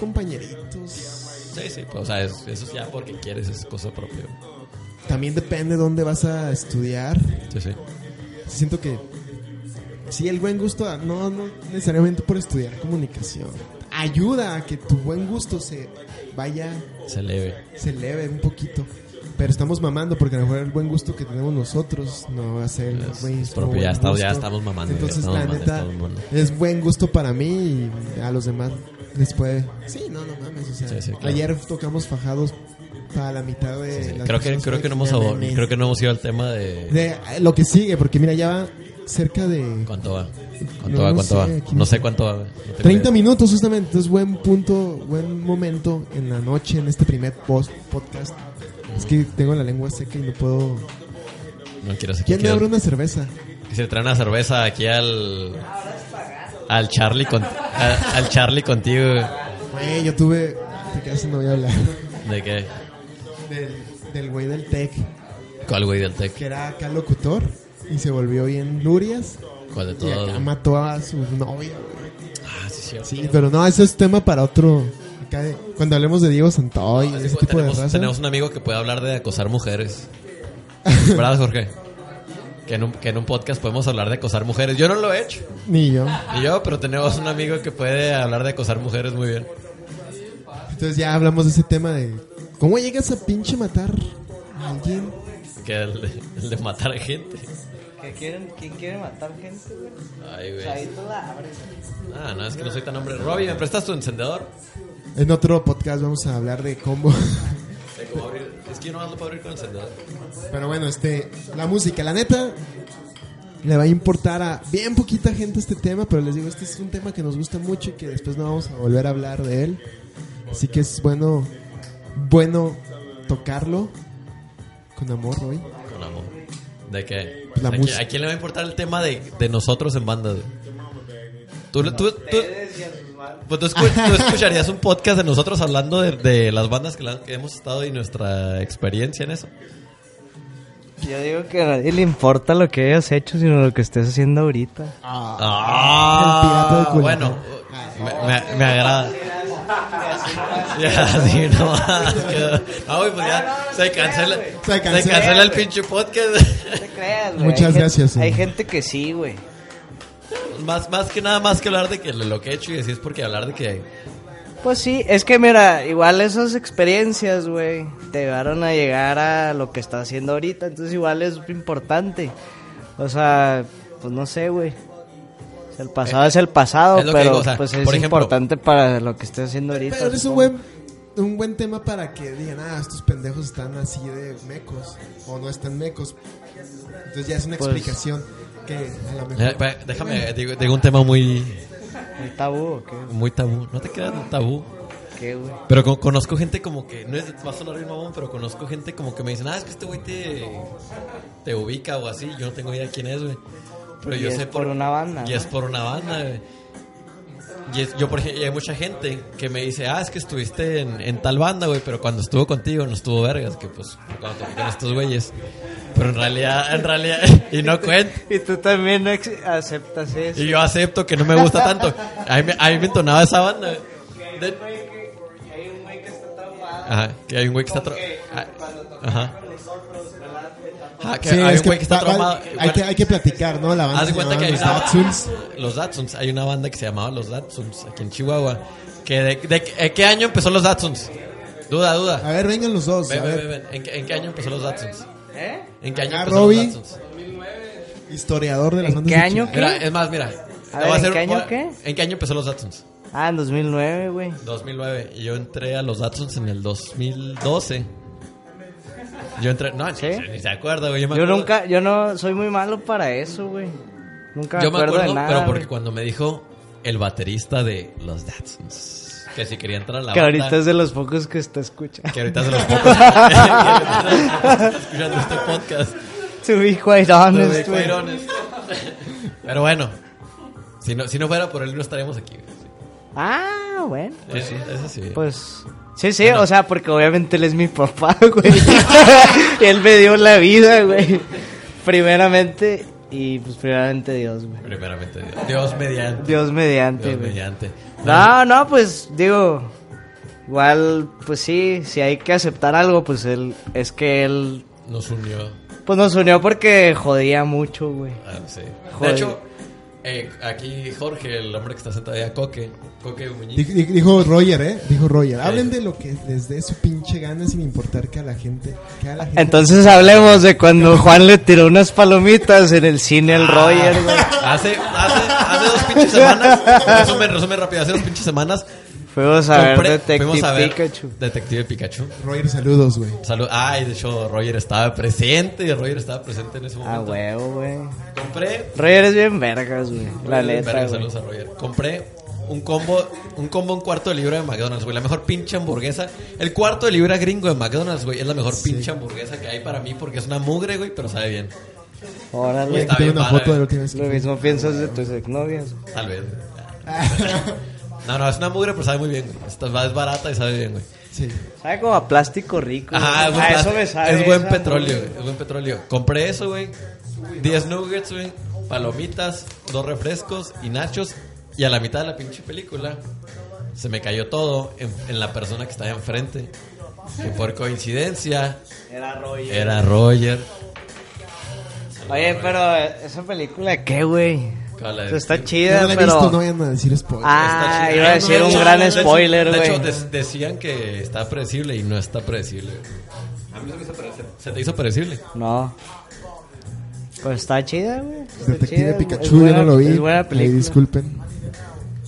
[SPEAKER 2] compañeritos.
[SPEAKER 1] Sí, sí, pues, o sea, es- eso es ya porque quieres, es cosa propia. güey.
[SPEAKER 2] También depende dónde vas a estudiar.
[SPEAKER 1] Sí, sí.
[SPEAKER 2] Siento que sí, el buen gusto, ah, no, no necesariamente por estudiar comunicación. Ayuda a que tu buen gusto se vaya,
[SPEAKER 1] Se leve.
[SPEAKER 2] se eleve un poquito. Pero estamos mamando porque a lo mejor el buen gusto que tenemos nosotros no va a ser el
[SPEAKER 1] Es-
[SPEAKER 2] buen
[SPEAKER 1] es propio,
[SPEAKER 2] buen
[SPEAKER 1] ya estamos-
[SPEAKER 2] gusto.
[SPEAKER 1] ya estamos mamando, ya
[SPEAKER 2] Entonces,
[SPEAKER 1] estamos
[SPEAKER 2] la
[SPEAKER 1] mamando,
[SPEAKER 2] neta,
[SPEAKER 1] estamos mamando.
[SPEAKER 2] es buen gusto para mí y a los demás les puede. Sí, no, no mames. O sea,
[SPEAKER 1] Sí, sí, claro.
[SPEAKER 2] ayer tocamos fajados para la mitad de.
[SPEAKER 1] Sí,
[SPEAKER 2] las
[SPEAKER 1] Creo que
[SPEAKER 2] personas
[SPEAKER 1] creo que no hemos
[SPEAKER 2] tenían
[SPEAKER 1] abor-
[SPEAKER 2] memes.
[SPEAKER 1] creo que no hemos ido al tema de
[SPEAKER 2] De eh, lo que sigue, porque mira, ya va cerca de
[SPEAKER 1] cuánto va.
[SPEAKER 2] No,
[SPEAKER 1] ¿Cuánto va?
[SPEAKER 2] no
[SPEAKER 1] ¿Cuánto
[SPEAKER 2] sé,
[SPEAKER 1] va?
[SPEAKER 2] aquí no
[SPEAKER 1] No
[SPEAKER 2] sé.
[SPEAKER 1] sé cuánto va. güey. No tengo
[SPEAKER 2] 30
[SPEAKER 1] idea.
[SPEAKER 2] minutos justamente. Entonces, buen punto, buen momento en la noche, en este primer post podcast. Es que tengo la lengua seca y no puedo...
[SPEAKER 1] No quieras aquí.
[SPEAKER 2] ¿Quién me
[SPEAKER 1] queda-
[SPEAKER 2] abre una cerveza?
[SPEAKER 1] Que se trae una cerveza aquí al. Al Charlie, con, a- al Charlie contigo. güey.
[SPEAKER 2] Güey, yo tuve... Te quedas, no voy a hablar. *laughs*
[SPEAKER 1] ¿De qué?
[SPEAKER 2] Del, del güey del tech,
[SPEAKER 1] ¿Cuál güey del tech?
[SPEAKER 2] que era acá locutor y se volvió bien lurias.
[SPEAKER 1] ¿Cuál de
[SPEAKER 2] Y acá
[SPEAKER 1] todos?
[SPEAKER 2] mató a su novia, güey.
[SPEAKER 1] Ah, sí, cierto.
[SPEAKER 2] Sí, pero no, ese es tema para otro... Acá de- cuando hablemos de Diego Santoy,
[SPEAKER 1] Así
[SPEAKER 2] ese
[SPEAKER 1] fue,
[SPEAKER 2] tipo de
[SPEAKER 1] tenemos,
[SPEAKER 2] raza.
[SPEAKER 1] tenemos un amigo que puede hablar de acosar mujeres. ¿Verdad, Jorge? Que en, un, que en un podcast podemos hablar de acosar mujeres. Yo no lo he hecho.
[SPEAKER 2] Ni yo.
[SPEAKER 1] Y yo, pero tenemos un amigo que puede hablar de acosar mujeres muy bien.
[SPEAKER 2] Entonces ya hablamos de ese tema de cómo llegas a pinche matar a alguien.
[SPEAKER 1] Que el de, el de matar a gente.
[SPEAKER 4] ¿Qué quieren? ¿Quién quiere matar gente, güey?
[SPEAKER 1] Ay,
[SPEAKER 4] O sea, ahí
[SPEAKER 1] güey.
[SPEAKER 4] tú la abres.
[SPEAKER 1] Ah, no, es que no soy tan hombre. Robbie, ¿me prestas tu encendedor?
[SPEAKER 2] En otro podcast vamos a hablar de *laughs* cómo.
[SPEAKER 1] Sí, ¿cómo abrir? Es que yo no lo puedo abrir con encendedor.
[SPEAKER 2] Pero bueno, este, la música, la neta, le va a importar a bien poquita gente este tema, pero les digo, este es un tema que nos gusta mucho y que después no vamos a volver a hablar de él. Así que es bueno, bueno tocarlo con amor hoy.
[SPEAKER 1] Con amor. ¿De qué?
[SPEAKER 2] La
[SPEAKER 1] ¿A, qui-
[SPEAKER 2] música.
[SPEAKER 1] a quién le va a importar el tema de, de nosotros en banda? güey? ¿Tú, tú, tú-
[SPEAKER 4] Ustedes y a sus madres.
[SPEAKER 1] pues tú escu- tú escucharías un podcast de nosotros hablando de, de las bandas que, la- que hemos estado y nuestra experiencia en eso?
[SPEAKER 4] Yo digo que a nadie le importa lo que hayas hecho, sino lo que estés haciendo ahorita.
[SPEAKER 2] Ah. pirata de
[SPEAKER 1] Ah,
[SPEAKER 2] Culiacán.
[SPEAKER 1] bueno, me, me- me agrada. Ya, sí, no más. quedó. Ah, güey, pues ya se cancela, se
[SPEAKER 2] cancela,
[SPEAKER 1] cancela el
[SPEAKER 4] güey.
[SPEAKER 1] pinche podcast. *laughs*
[SPEAKER 4] No te creas, güey.
[SPEAKER 2] Muchas
[SPEAKER 4] Hay gen-
[SPEAKER 2] gracias, eh.
[SPEAKER 4] Hay
[SPEAKER 2] güey.
[SPEAKER 4] gente que sí, güey.
[SPEAKER 1] Más, más que nada, más que hablar de que lo que he hecho y así es porque hablar de que
[SPEAKER 4] Pues sí, es que mira, igual esas experiencias, güey, te llevaron a llegar a lo que estás haciendo ahorita, entonces igual es importante. O sea, pues no sé, güey. O sea, el pasado es el pasado,
[SPEAKER 1] Eh, es lo que
[SPEAKER 4] pero
[SPEAKER 1] digo, o sea,
[SPEAKER 4] pues es
[SPEAKER 1] por ejemplo-
[SPEAKER 4] importante para lo que estés haciendo ahorita.
[SPEAKER 2] Pero es un
[SPEAKER 4] supongo.
[SPEAKER 2] buen, un buen tema para que digan, ah, estos pendejos están así de mecos o no están mecos. Entonces ya es una
[SPEAKER 4] Pues-
[SPEAKER 2] explicación que a lo mejor...
[SPEAKER 1] Eh, pa- Déjame, digo, digo un tema muy,
[SPEAKER 4] ¿Muy tabú o qué?
[SPEAKER 1] *laughs* muy tabú. No te quedas tabú.
[SPEAKER 4] ¿Qué, güey?
[SPEAKER 1] Pero con- conozco gente como que, no es, va a sonar bien mamón, pero conozco gente como que me dicen, ah, es que este güey te, te ubica o así. Yo no tengo idea quién es, güey. Pero
[SPEAKER 4] Y
[SPEAKER 1] yo
[SPEAKER 4] es
[SPEAKER 1] sé
[SPEAKER 4] por una banda,
[SPEAKER 1] Y
[SPEAKER 4] ¿no?
[SPEAKER 1] es por una banda, güey. Y es- yo, por ejemplo, y hay mucha gente que me dice, ah, es que estuviste en, en tal banda, güey, pero cuando estuvo contigo no estuvo vergas, que pues, cuando toqué con estos güeyes. Pero en realidad, en realidad, *laughs* y no cuenta.
[SPEAKER 4] Y tú también no ex- aceptas eso.
[SPEAKER 1] Y yo acepto que no me gusta tanto. A mí, me- a mí me entonaba esa banda. De-
[SPEAKER 4] Hay un güey que está traumado.
[SPEAKER 1] ajá, que hay un güey que está... tra- ah, Ajá. Ajá, que
[SPEAKER 2] Sí,
[SPEAKER 1] hay
[SPEAKER 2] es
[SPEAKER 1] un güey
[SPEAKER 2] que
[SPEAKER 1] que está
[SPEAKER 2] va- va-
[SPEAKER 1] traumado.
[SPEAKER 2] hay, que, hay que platicar, ¿no? La banda
[SPEAKER 1] Haz de
[SPEAKER 2] se
[SPEAKER 1] cuenta que hay
[SPEAKER 2] llamaba
[SPEAKER 1] una-
[SPEAKER 2] Los Datsuns.
[SPEAKER 1] Los Datsuns. Hay una banda que se llamaba Los Datsuns aquí en Chihuahua. Que de, de- ¿en qué año empezó Los Datsuns? Duda,
[SPEAKER 2] A
[SPEAKER 1] duda.
[SPEAKER 2] ver, vengan los dos.
[SPEAKER 1] Ven,
[SPEAKER 2] a
[SPEAKER 1] ven,
[SPEAKER 2] ver.
[SPEAKER 1] ven, ven. ¿En, qué- en qué año empezó Los Datsuns?
[SPEAKER 4] ¿Eh?
[SPEAKER 1] ¿En qué año
[SPEAKER 2] Acá
[SPEAKER 1] empezaron
[SPEAKER 2] Ah, Robbie.
[SPEAKER 1] los Datsuns?
[SPEAKER 2] Historiador de las
[SPEAKER 4] ¿En
[SPEAKER 2] bandas
[SPEAKER 4] qué
[SPEAKER 2] de
[SPEAKER 4] año?
[SPEAKER 2] Chile.
[SPEAKER 1] Mira, es más, mira. te
[SPEAKER 4] A
[SPEAKER 1] voy
[SPEAKER 4] ver, ¿en
[SPEAKER 1] hacer-
[SPEAKER 4] qué año
[SPEAKER 1] voy a-
[SPEAKER 4] qué?
[SPEAKER 1] ¿En qué año empezó los Datsuns?
[SPEAKER 4] Ah, en 2009, güey.
[SPEAKER 1] 2009. Y yo entré a los Datsuns en el 2012. Yo entré... No, ni-
[SPEAKER 4] ¿Sí?
[SPEAKER 1] ni se acuerda, güey. Yo, me
[SPEAKER 4] Yo
[SPEAKER 1] acuerdo-
[SPEAKER 4] nunca, yo no, soy muy malo para eso, güey. Nunca me
[SPEAKER 1] Yo me
[SPEAKER 4] acuerdo,
[SPEAKER 1] acuerdo,
[SPEAKER 4] de nada.
[SPEAKER 1] pero porque
[SPEAKER 4] güey.
[SPEAKER 1] cuando me dijo el baterista de los Datsuns, que si quería entrar a la
[SPEAKER 4] Que
[SPEAKER 1] banda,
[SPEAKER 4] ahorita es de los pocos que está escuchando. *laughs*
[SPEAKER 1] Que ahorita es de los pocos. que ahorita está escuchando este podcast.
[SPEAKER 4] To be quite
[SPEAKER 1] Pero
[SPEAKER 4] *laughs* honest,
[SPEAKER 1] de
[SPEAKER 4] güey.
[SPEAKER 1] cuerones. Pero bueno, si no, si no fuera por él, no estaríamos aquí. güey.
[SPEAKER 4] Ah, bueno.
[SPEAKER 1] Eso, eso sí.
[SPEAKER 4] Pues. Sí, sí, o sea, porque obviamente él es mi papá, *laughs* güey. él me dio la vida, güey. Primeramente, y pues primeramente Dios, güey.
[SPEAKER 1] Primeramente, Dios. Dios mediante.
[SPEAKER 4] Dios mediante,
[SPEAKER 1] Dios
[SPEAKER 4] güey.
[SPEAKER 1] mediante.
[SPEAKER 4] No, no, pues digo, igual, pues sí, si hay que aceptar algo, pues él, es que él,
[SPEAKER 1] Nos unió.
[SPEAKER 4] pues nos unió porque jodía mucho, güey.
[SPEAKER 1] Ah, sí. De
[SPEAKER 4] Joder.
[SPEAKER 1] hecho, eh, aquí Jorge, el hombre que está sentado allá, Coque. Coque Muñiz.
[SPEAKER 2] Di- di- Dijo Roger, ¿eh? Dijo Roger. Hablen de lo que les dé su pinche gana sin importar que a la gente. Que a la gente
[SPEAKER 4] Entonces hablemos de cuando Juan le tiró unas palomitas en el cine al Roger, güey.
[SPEAKER 1] Hace, hace, hace dos pinches
[SPEAKER 4] *laughs*
[SPEAKER 1] semanas, resumen, resumen rápido, hace dos pinches semanas
[SPEAKER 4] Fuimos a ver
[SPEAKER 1] compré-
[SPEAKER 4] Detective
[SPEAKER 1] fuimos a ver
[SPEAKER 4] Pikachu.
[SPEAKER 1] Detective Pikachu.
[SPEAKER 2] Roger, saludos, güey.
[SPEAKER 1] Salud. Ay, de hecho, Roger estaba presente. Roger estaba presente en ese
[SPEAKER 4] Ah,
[SPEAKER 1] momento.
[SPEAKER 4] huevo, güey.
[SPEAKER 1] Compré.
[SPEAKER 4] Roger es bien vergas, güey. La
[SPEAKER 1] Roger,
[SPEAKER 4] neta,
[SPEAKER 1] verga,
[SPEAKER 4] güey.
[SPEAKER 1] saludos a Roger. Compré un combo, un combo, un cuarto de libra de McDonald's, güey. La mejor pinche hamburguesa. El cuarto de libra gringo de McDonald's, güey. Es la mejor pinche hamburguesa que hay para mí porque es una mugre, güey, pero sabe bien.
[SPEAKER 4] Órale.
[SPEAKER 1] Está
[SPEAKER 2] Tengo
[SPEAKER 1] bien
[SPEAKER 2] una
[SPEAKER 1] padre.
[SPEAKER 2] foto de la última vez que
[SPEAKER 4] Lo
[SPEAKER 2] fui.
[SPEAKER 4] mismo piensas de tus exnovias. güey.
[SPEAKER 1] Tal vez. No, no, es una mugre, pero sabe muy bien, güey. Esta es barata y sabe bien, güey.
[SPEAKER 2] Sí.
[SPEAKER 4] Sabe como a plástico rico.
[SPEAKER 1] Ajá, es
[SPEAKER 4] güey.
[SPEAKER 1] buen,
[SPEAKER 4] Ah,
[SPEAKER 1] plástico.
[SPEAKER 4] eso me sabe.
[SPEAKER 1] Es buen
[SPEAKER 4] esa
[SPEAKER 1] petróleo, güey, es buen petróleo. Compré eso, güey. 10 nuggets, güey. Palomitas, dos refrescos y nachos. Y a la mitad de la pinche película se me cayó todo en, en la persona que estaba enfrente. Que por coincidencia
[SPEAKER 4] Era Roger.
[SPEAKER 1] era Roger.
[SPEAKER 4] Oye, pero esa película, ¿qué, güey? Pues
[SPEAKER 1] ¿Cuál es?
[SPEAKER 4] Está
[SPEAKER 2] Yo
[SPEAKER 4] chida,
[SPEAKER 2] no la he
[SPEAKER 4] pero...
[SPEAKER 2] visto, no vayan a decir spoiler.
[SPEAKER 4] Ah,
[SPEAKER 1] Está chida.
[SPEAKER 4] iba a
[SPEAKER 1] Ah,
[SPEAKER 4] decir
[SPEAKER 1] no,
[SPEAKER 4] un
[SPEAKER 1] de hecho, de
[SPEAKER 4] gran
[SPEAKER 1] hecho,
[SPEAKER 4] spoiler,
[SPEAKER 1] De hecho,
[SPEAKER 4] güey.
[SPEAKER 1] des- decían que está predecible y no está predecible. A mí se me hizo predecible. ¿Se te hizo predecible?
[SPEAKER 4] No. Pues está chida, güey. Está
[SPEAKER 2] Detective
[SPEAKER 4] chida, es
[SPEAKER 2] Pikachu, yo
[SPEAKER 4] buena-
[SPEAKER 2] no lo vi.
[SPEAKER 4] Es buena
[SPEAKER 2] Ahí
[SPEAKER 4] película.
[SPEAKER 2] disculpen.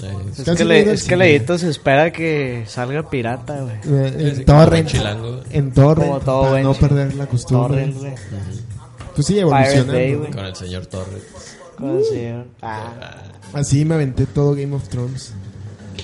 [SPEAKER 1] Eh,
[SPEAKER 4] Es
[SPEAKER 2] Casi
[SPEAKER 4] que,
[SPEAKER 2] no
[SPEAKER 4] le,
[SPEAKER 2] iba al
[SPEAKER 4] es que
[SPEAKER 2] cine.
[SPEAKER 4] Leito se espera que salga pirata, güey.
[SPEAKER 2] Eh,
[SPEAKER 1] Sí, sí,
[SPEAKER 2] en torre.
[SPEAKER 1] como chilango.
[SPEAKER 2] En torre.
[SPEAKER 4] Como todo
[SPEAKER 2] para
[SPEAKER 4] buen
[SPEAKER 2] no
[SPEAKER 4] chilango.
[SPEAKER 2] perder la costumbre.
[SPEAKER 4] Torrent, güey.
[SPEAKER 2] Pues sí,
[SPEAKER 4] Pirate Bay,
[SPEAKER 2] evolucionando.
[SPEAKER 4] güey.
[SPEAKER 1] Con el señor Torres.
[SPEAKER 4] Con
[SPEAKER 2] Uh.
[SPEAKER 4] el señor. Ah,
[SPEAKER 1] Ah,
[SPEAKER 2] Así me aventé todo Game of Thrones.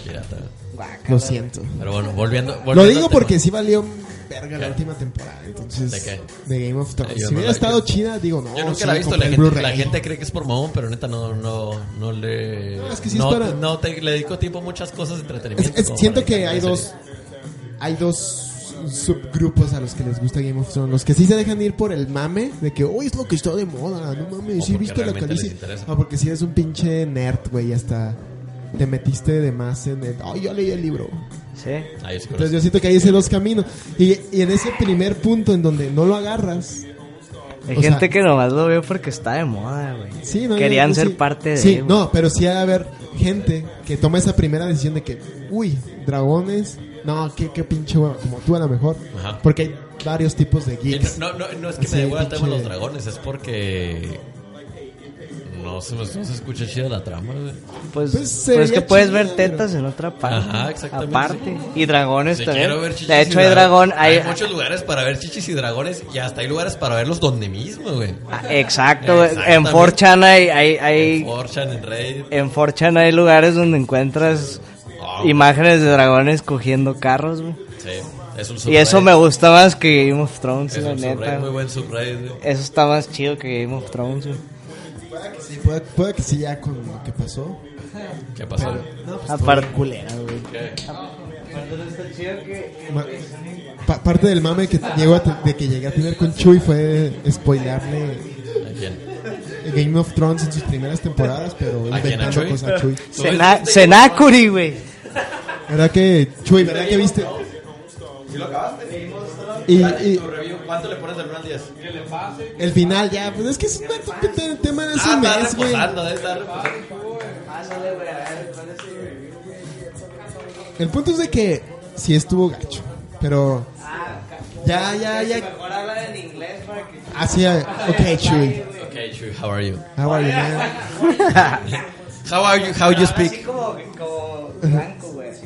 [SPEAKER 1] pirata.
[SPEAKER 4] guácala.
[SPEAKER 2] Lo siento.
[SPEAKER 1] Pero bueno, volviendo. volviendo
[SPEAKER 2] Lo
[SPEAKER 1] al
[SPEAKER 2] digo
[SPEAKER 1] tema.
[SPEAKER 2] porque sí valió verga la
[SPEAKER 1] ¿Qué?
[SPEAKER 2] última temporada. Entonces,
[SPEAKER 1] ¿De qué?
[SPEAKER 2] de Game of
[SPEAKER 1] Eh,
[SPEAKER 2] Thrones.
[SPEAKER 1] yo
[SPEAKER 2] Si
[SPEAKER 1] no
[SPEAKER 2] hubiera
[SPEAKER 1] la-
[SPEAKER 2] estado
[SPEAKER 1] yo-
[SPEAKER 2] chida, digo, no.
[SPEAKER 1] Yo nunca
[SPEAKER 2] sí
[SPEAKER 1] la
[SPEAKER 2] me
[SPEAKER 1] he visto.
[SPEAKER 2] compré
[SPEAKER 1] La
[SPEAKER 2] el
[SPEAKER 1] gente,
[SPEAKER 2] Blu-ray.
[SPEAKER 1] la gente cree que es por mamón, pero neta no, no, no le.
[SPEAKER 2] No, es que sí es
[SPEAKER 1] no,
[SPEAKER 2] para-
[SPEAKER 1] no te, le dedico tiempo a muchas cosas de entretenimiento.
[SPEAKER 2] Es- es-
[SPEAKER 1] como
[SPEAKER 2] siento
[SPEAKER 1] para
[SPEAKER 2] que
[SPEAKER 1] ver
[SPEAKER 2] hay
[SPEAKER 1] series.
[SPEAKER 2] dos. Hay dos subgrupos a los que les gusta Game of Thrones. Los que sí se dejan ir por el mame de que, uy, es lo que está de moda. No mames,
[SPEAKER 1] O
[SPEAKER 2] sí
[SPEAKER 1] porque
[SPEAKER 2] viste la
[SPEAKER 1] realmente les
[SPEAKER 2] calicia.
[SPEAKER 1] interesa.
[SPEAKER 2] No, porque si eres un pinche nerd, güey, hasta te metiste de más en el. Ay, yo leí el libro.
[SPEAKER 4] Sí.
[SPEAKER 1] Ah, yo sí
[SPEAKER 2] Entonces
[SPEAKER 1] conozco.
[SPEAKER 2] yo siento que hay ese dos caminos. Y, y en ese primer punto en donde no lo agarras,
[SPEAKER 4] Hay
[SPEAKER 2] O sea-
[SPEAKER 4] gente que nomás lo veo porque está de moda, güey.
[SPEAKER 2] Sí, no,
[SPEAKER 4] Querían
[SPEAKER 2] yo-
[SPEAKER 4] ser
[SPEAKER 2] sí.
[SPEAKER 4] parte de.
[SPEAKER 2] Sí,
[SPEAKER 4] güey.
[SPEAKER 2] no, pero sí ha de haber gente que toma esa primera decisión de que, uy, dragones, no, qué, qué pinche hueva, como tú a lo mejor.
[SPEAKER 1] Ajá.
[SPEAKER 2] Porque hay varios tipos de
[SPEAKER 1] Y
[SPEAKER 2] geeks.
[SPEAKER 1] No, no, no es que
[SPEAKER 2] Así,
[SPEAKER 1] me devuelva el tema de
[SPEAKER 2] pinche-
[SPEAKER 1] los dragones, es porque. No se, no se escucha chida la trama, güey.
[SPEAKER 2] Pues
[SPEAKER 4] Pues, pues,
[SPEAKER 2] sería
[SPEAKER 4] es que puedes
[SPEAKER 2] chido,
[SPEAKER 4] ver tetas en otra parte.
[SPEAKER 1] Ajá, exactamente.
[SPEAKER 4] Aparte. Y dragones
[SPEAKER 1] Sí,
[SPEAKER 4] también.
[SPEAKER 1] quiero ver chichis
[SPEAKER 4] de hecho,
[SPEAKER 1] y
[SPEAKER 4] hay
[SPEAKER 1] dragones.
[SPEAKER 4] dragón. Hay,
[SPEAKER 1] hay muchos lugares para ver chichis y dragones y hasta hay lugares para verlos donde mismo, güey.
[SPEAKER 4] Ah, Exacto, güey. En
[SPEAKER 1] Exactamente.
[SPEAKER 4] 4chan hay. hay, hay-
[SPEAKER 1] En 4chan, en Reddit.
[SPEAKER 4] en 4chan hay lugares donde encuentras
[SPEAKER 1] Ah, güey.
[SPEAKER 4] imágenes de dragones cogiendo carros, güey.
[SPEAKER 1] Sí, es un
[SPEAKER 4] Y eso me
[SPEAKER 1] subreddit.
[SPEAKER 4] gusta más que Game of Thrones,
[SPEAKER 1] Es
[SPEAKER 4] la
[SPEAKER 1] un subreddit,
[SPEAKER 4] neta.
[SPEAKER 1] muy
[SPEAKER 4] güey.
[SPEAKER 1] buen subreddit. güey.
[SPEAKER 4] Eso está más chido que Game of Thrones, güey.
[SPEAKER 2] Sí, puede, puede que sí ya con lo que pasó. Pues,
[SPEAKER 1] ¿Qué pasó?
[SPEAKER 2] No, pues,
[SPEAKER 4] Aparte.
[SPEAKER 1] ¿Qué?
[SPEAKER 2] ma- pa- parte del mame que llego a te- de que llegué a tener con Chuy fue spoilarle
[SPEAKER 1] ¿A quién?
[SPEAKER 2] Game of Thrones en sus primeras temporadas, pero
[SPEAKER 1] ¿A quién, a
[SPEAKER 2] inventando
[SPEAKER 1] Chuy?
[SPEAKER 2] cosas a Chuy.
[SPEAKER 4] Sena- Senakuri, güey.
[SPEAKER 2] ¿Verdad que, Chuy, verdad que viste?
[SPEAKER 1] ¿Sí lo acabaste?
[SPEAKER 2] Y- y,
[SPEAKER 1] ¿Cuánto le pones del 1 al 10?
[SPEAKER 2] El final, ya, pues es que es una pinta de tema de ese
[SPEAKER 1] Ah, está
[SPEAKER 2] mes, güey.
[SPEAKER 1] reposando, debe estar reposando.
[SPEAKER 2] El punto es de que sí estuvo gacho, pero Ya, ya, ya.
[SPEAKER 4] Mejor habla en inglés para que...
[SPEAKER 2] Así, ah, ok, Chuy.
[SPEAKER 1] Okay, Chuy, how are you?
[SPEAKER 2] How are you, man?
[SPEAKER 1] How are you? How
[SPEAKER 5] Ah,
[SPEAKER 1] you
[SPEAKER 4] Así
[SPEAKER 1] speak?
[SPEAKER 4] como, como blanco, güey. así.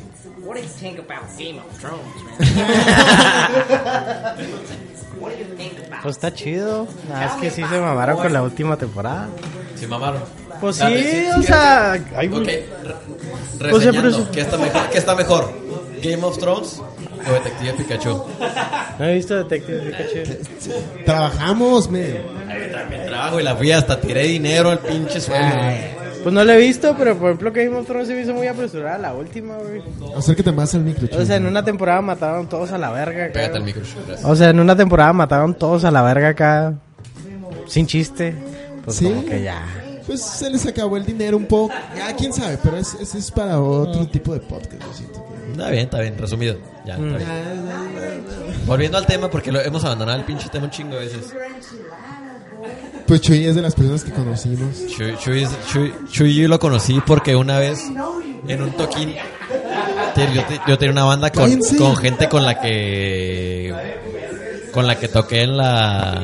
[SPEAKER 4] What do you think about Game of Thrones, man? What do you think about...
[SPEAKER 5] Pues está chido. Nada, es que sí se mamaron con la última temporada.
[SPEAKER 1] Sí, mamaron.
[SPEAKER 5] Pues
[SPEAKER 1] Dale,
[SPEAKER 5] sí,
[SPEAKER 1] sí,
[SPEAKER 5] o
[SPEAKER 1] sí,
[SPEAKER 5] sea. ay,
[SPEAKER 1] Ok,
[SPEAKER 5] güey.
[SPEAKER 1] re-
[SPEAKER 5] Pues ya, pero
[SPEAKER 1] reseñando,
[SPEAKER 5] eso-
[SPEAKER 1] ¿qué está mejor? ¿Qué está mejor? ¿Game of Thrones o Detective Pikachu?
[SPEAKER 5] No he visto Detective Pikachu.
[SPEAKER 2] Trabajamos, man.
[SPEAKER 1] Me trabajo y la fui hasta tiré dinero al pinche suelo.
[SPEAKER 5] Pues no lo he visto, pero por ejemplo, Game of Thrones se me hizo muy apresurada la última, güey.
[SPEAKER 2] Acércate más al micro, Chuy.
[SPEAKER 5] O sea, en una temporada mataron todos a la verga, acá.
[SPEAKER 1] Pégate al micro, gracias.
[SPEAKER 5] O sea, en una temporada mataron todos a la verga acá. Sin chiste. Pues
[SPEAKER 2] Sí.
[SPEAKER 5] como que ya.
[SPEAKER 2] Pues se les acabó el dinero un poco. Ya, quién sabe, pero es, es, es para otro tipo de podcast, yo siento.
[SPEAKER 1] Está bien, está bien, resumido. Ya, está bien.
[SPEAKER 5] Mm.
[SPEAKER 1] Volviendo al tema, porque lo hemos abandonado el pinche tema un chingo de veces.
[SPEAKER 2] Pues Chuy es de las personas que conocimos.
[SPEAKER 1] Chuy, Chuy, Chuy, Chuy yo lo conocí porque una vez en un toquín te- yo, te- yo tenía una banda con,
[SPEAKER 2] Cállense.
[SPEAKER 1] con gente con la que con la que toqué en la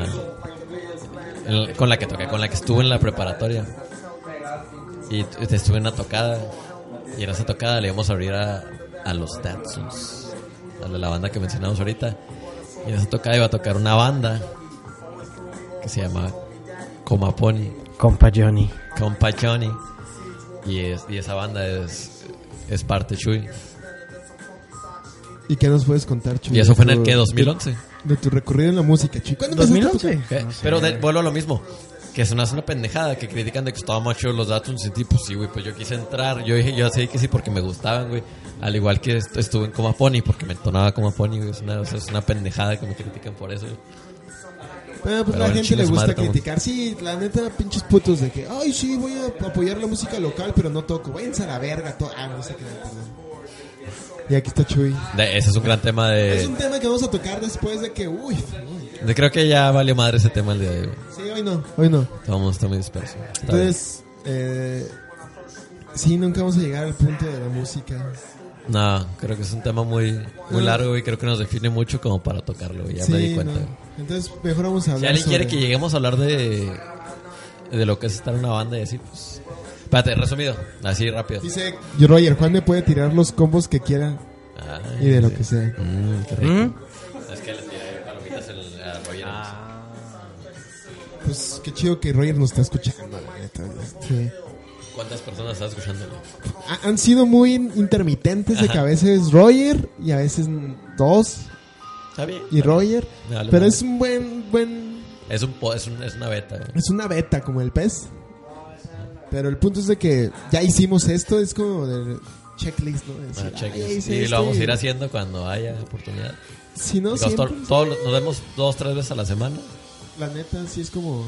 [SPEAKER 1] en- con la que toqué, con la que estuve en la preparatoria y t- estuve en una tocada y en esa tocada le íbamos a abrir a, a los Datsuns a la la banda que mencionamos ahorita y en esa tocada iba a tocar una banda que se llama Comaponi
[SPEAKER 5] Compa Johnny.
[SPEAKER 1] con Pachoni y, es, y esa banda es, es parte Chuy.
[SPEAKER 2] ¿Y qué nos puedes contar, Chuy?
[SPEAKER 1] Y eso fue en
[SPEAKER 2] de
[SPEAKER 1] el
[SPEAKER 2] tu-
[SPEAKER 1] que 2011.
[SPEAKER 2] De, tu recorrido en la música, Chuy. ¿Cuándo empezaste a tocar?
[SPEAKER 5] 2011.
[SPEAKER 1] ¿Qué?
[SPEAKER 5] No sé.
[SPEAKER 1] Pero de- vuelvo a lo mismo. Que se me hace una pendejada que critican de que estaban machos los datos y tipo, sí, güey, pues yo quise entrar. Yo dije, yo sé que sí porque me gustaban, güey. Al igual que est- estuve en Coma Pony porque me entonaba Coma Pony, güey. Es una, o sea, es una pendejada que me critican por eso. güey.
[SPEAKER 2] Pero pues
[SPEAKER 1] Pero
[SPEAKER 2] la
[SPEAKER 1] el
[SPEAKER 2] gente
[SPEAKER 1] chingo
[SPEAKER 2] le
[SPEAKER 1] su
[SPEAKER 2] gusta
[SPEAKER 1] madre, cabrón.
[SPEAKER 2] criticar. Sí, la neta, pinches putos de que, ay, sí, voy a apoyar la música local, pero no toco. Váyanse a la verga. to- ah, no sé qué, perdón. Y aquí está Chuy.
[SPEAKER 1] De- ese es un gran tema
[SPEAKER 2] Es un
[SPEAKER 1] de,
[SPEAKER 2] tema que vamos a tocar después de que, uy, uy.
[SPEAKER 1] de- Creo que ya valió madre ese tema el día de hoy. güey.
[SPEAKER 2] sí, hoy no, hoy no.
[SPEAKER 1] Estamos, está muy dispersos. Está
[SPEAKER 2] Entonces, eh, sí, nunca vamos a llegar al punto de la música.
[SPEAKER 1] bien. No, creo que es un tema muy, muy largo y creo que nos define mucho como para tocarlo, güey. Ya
[SPEAKER 2] sí,
[SPEAKER 1] me di cuenta.
[SPEAKER 2] no.
[SPEAKER 1] güey.
[SPEAKER 2] Entonces, mejor vamos a
[SPEAKER 1] Si
[SPEAKER 2] hablar.
[SPEAKER 1] alguien quiere
[SPEAKER 2] sobre-
[SPEAKER 1] que lleguemos a hablar de, de lo que es estar en una banda y decir, pues. Espérate, resumido, así rápido.
[SPEAKER 2] Dice Roger, Juan me puede tirar los combos que quiera
[SPEAKER 1] Ay,
[SPEAKER 2] y de lo que sea.
[SPEAKER 1] mm, qué rico.
[SPEAKER 2] ¿Mm?
[SPEAKER 1] Es que le tiré palomitas en la
[SPEAKER 2] Ah.
[SPEAKER 1] rollera.
[SPEAKER 2] Pues qué chido que Roger nos está escuchando, la neta. Sí.
[SPEAKER 1] ¿Cuántas personas estás escuchándolo?
[SPEAKER 2] Ha- Han sido muy intermitentes de que a veces Roger y a veces dos
[SPEAKER 1] Está bien.
[SPEAKER 2] y Roger.
[SPEAKER 1] Me vale
[SPEAKER 2] Pero
[SPEAKER 1] madre.
[SPEAKER 2] es un buen, buen,
[SPEAKER 1] Es, un, po- es, un- es una beta. eh. güey.
[SPEAKER 2] es una beta como el pez. Pero el punto es de que ya hicimos esto, es como del checklist, ¿no? De decir,
[SPEAKER 1] Bueno, Ah, cheques.
[SPEAKER 2] "Ay, este hice
[SPEAKER 1] y
[SPEAKER 2] esto",
[SPEAKER 1] lo vamos a ir
[SPEAKER 2] y-
[SPEAKER 1] haciendo cuando haya oportunidad.
[SPEAKER 2] Si no,
[SPEAKER 1] Digamos, to-
[SPEAKER 2] siempre,
[SPEAKER 1] todos los- nos vemos dos, tres veces a la semana.
[SPEAKER 2] la neta, sí es como...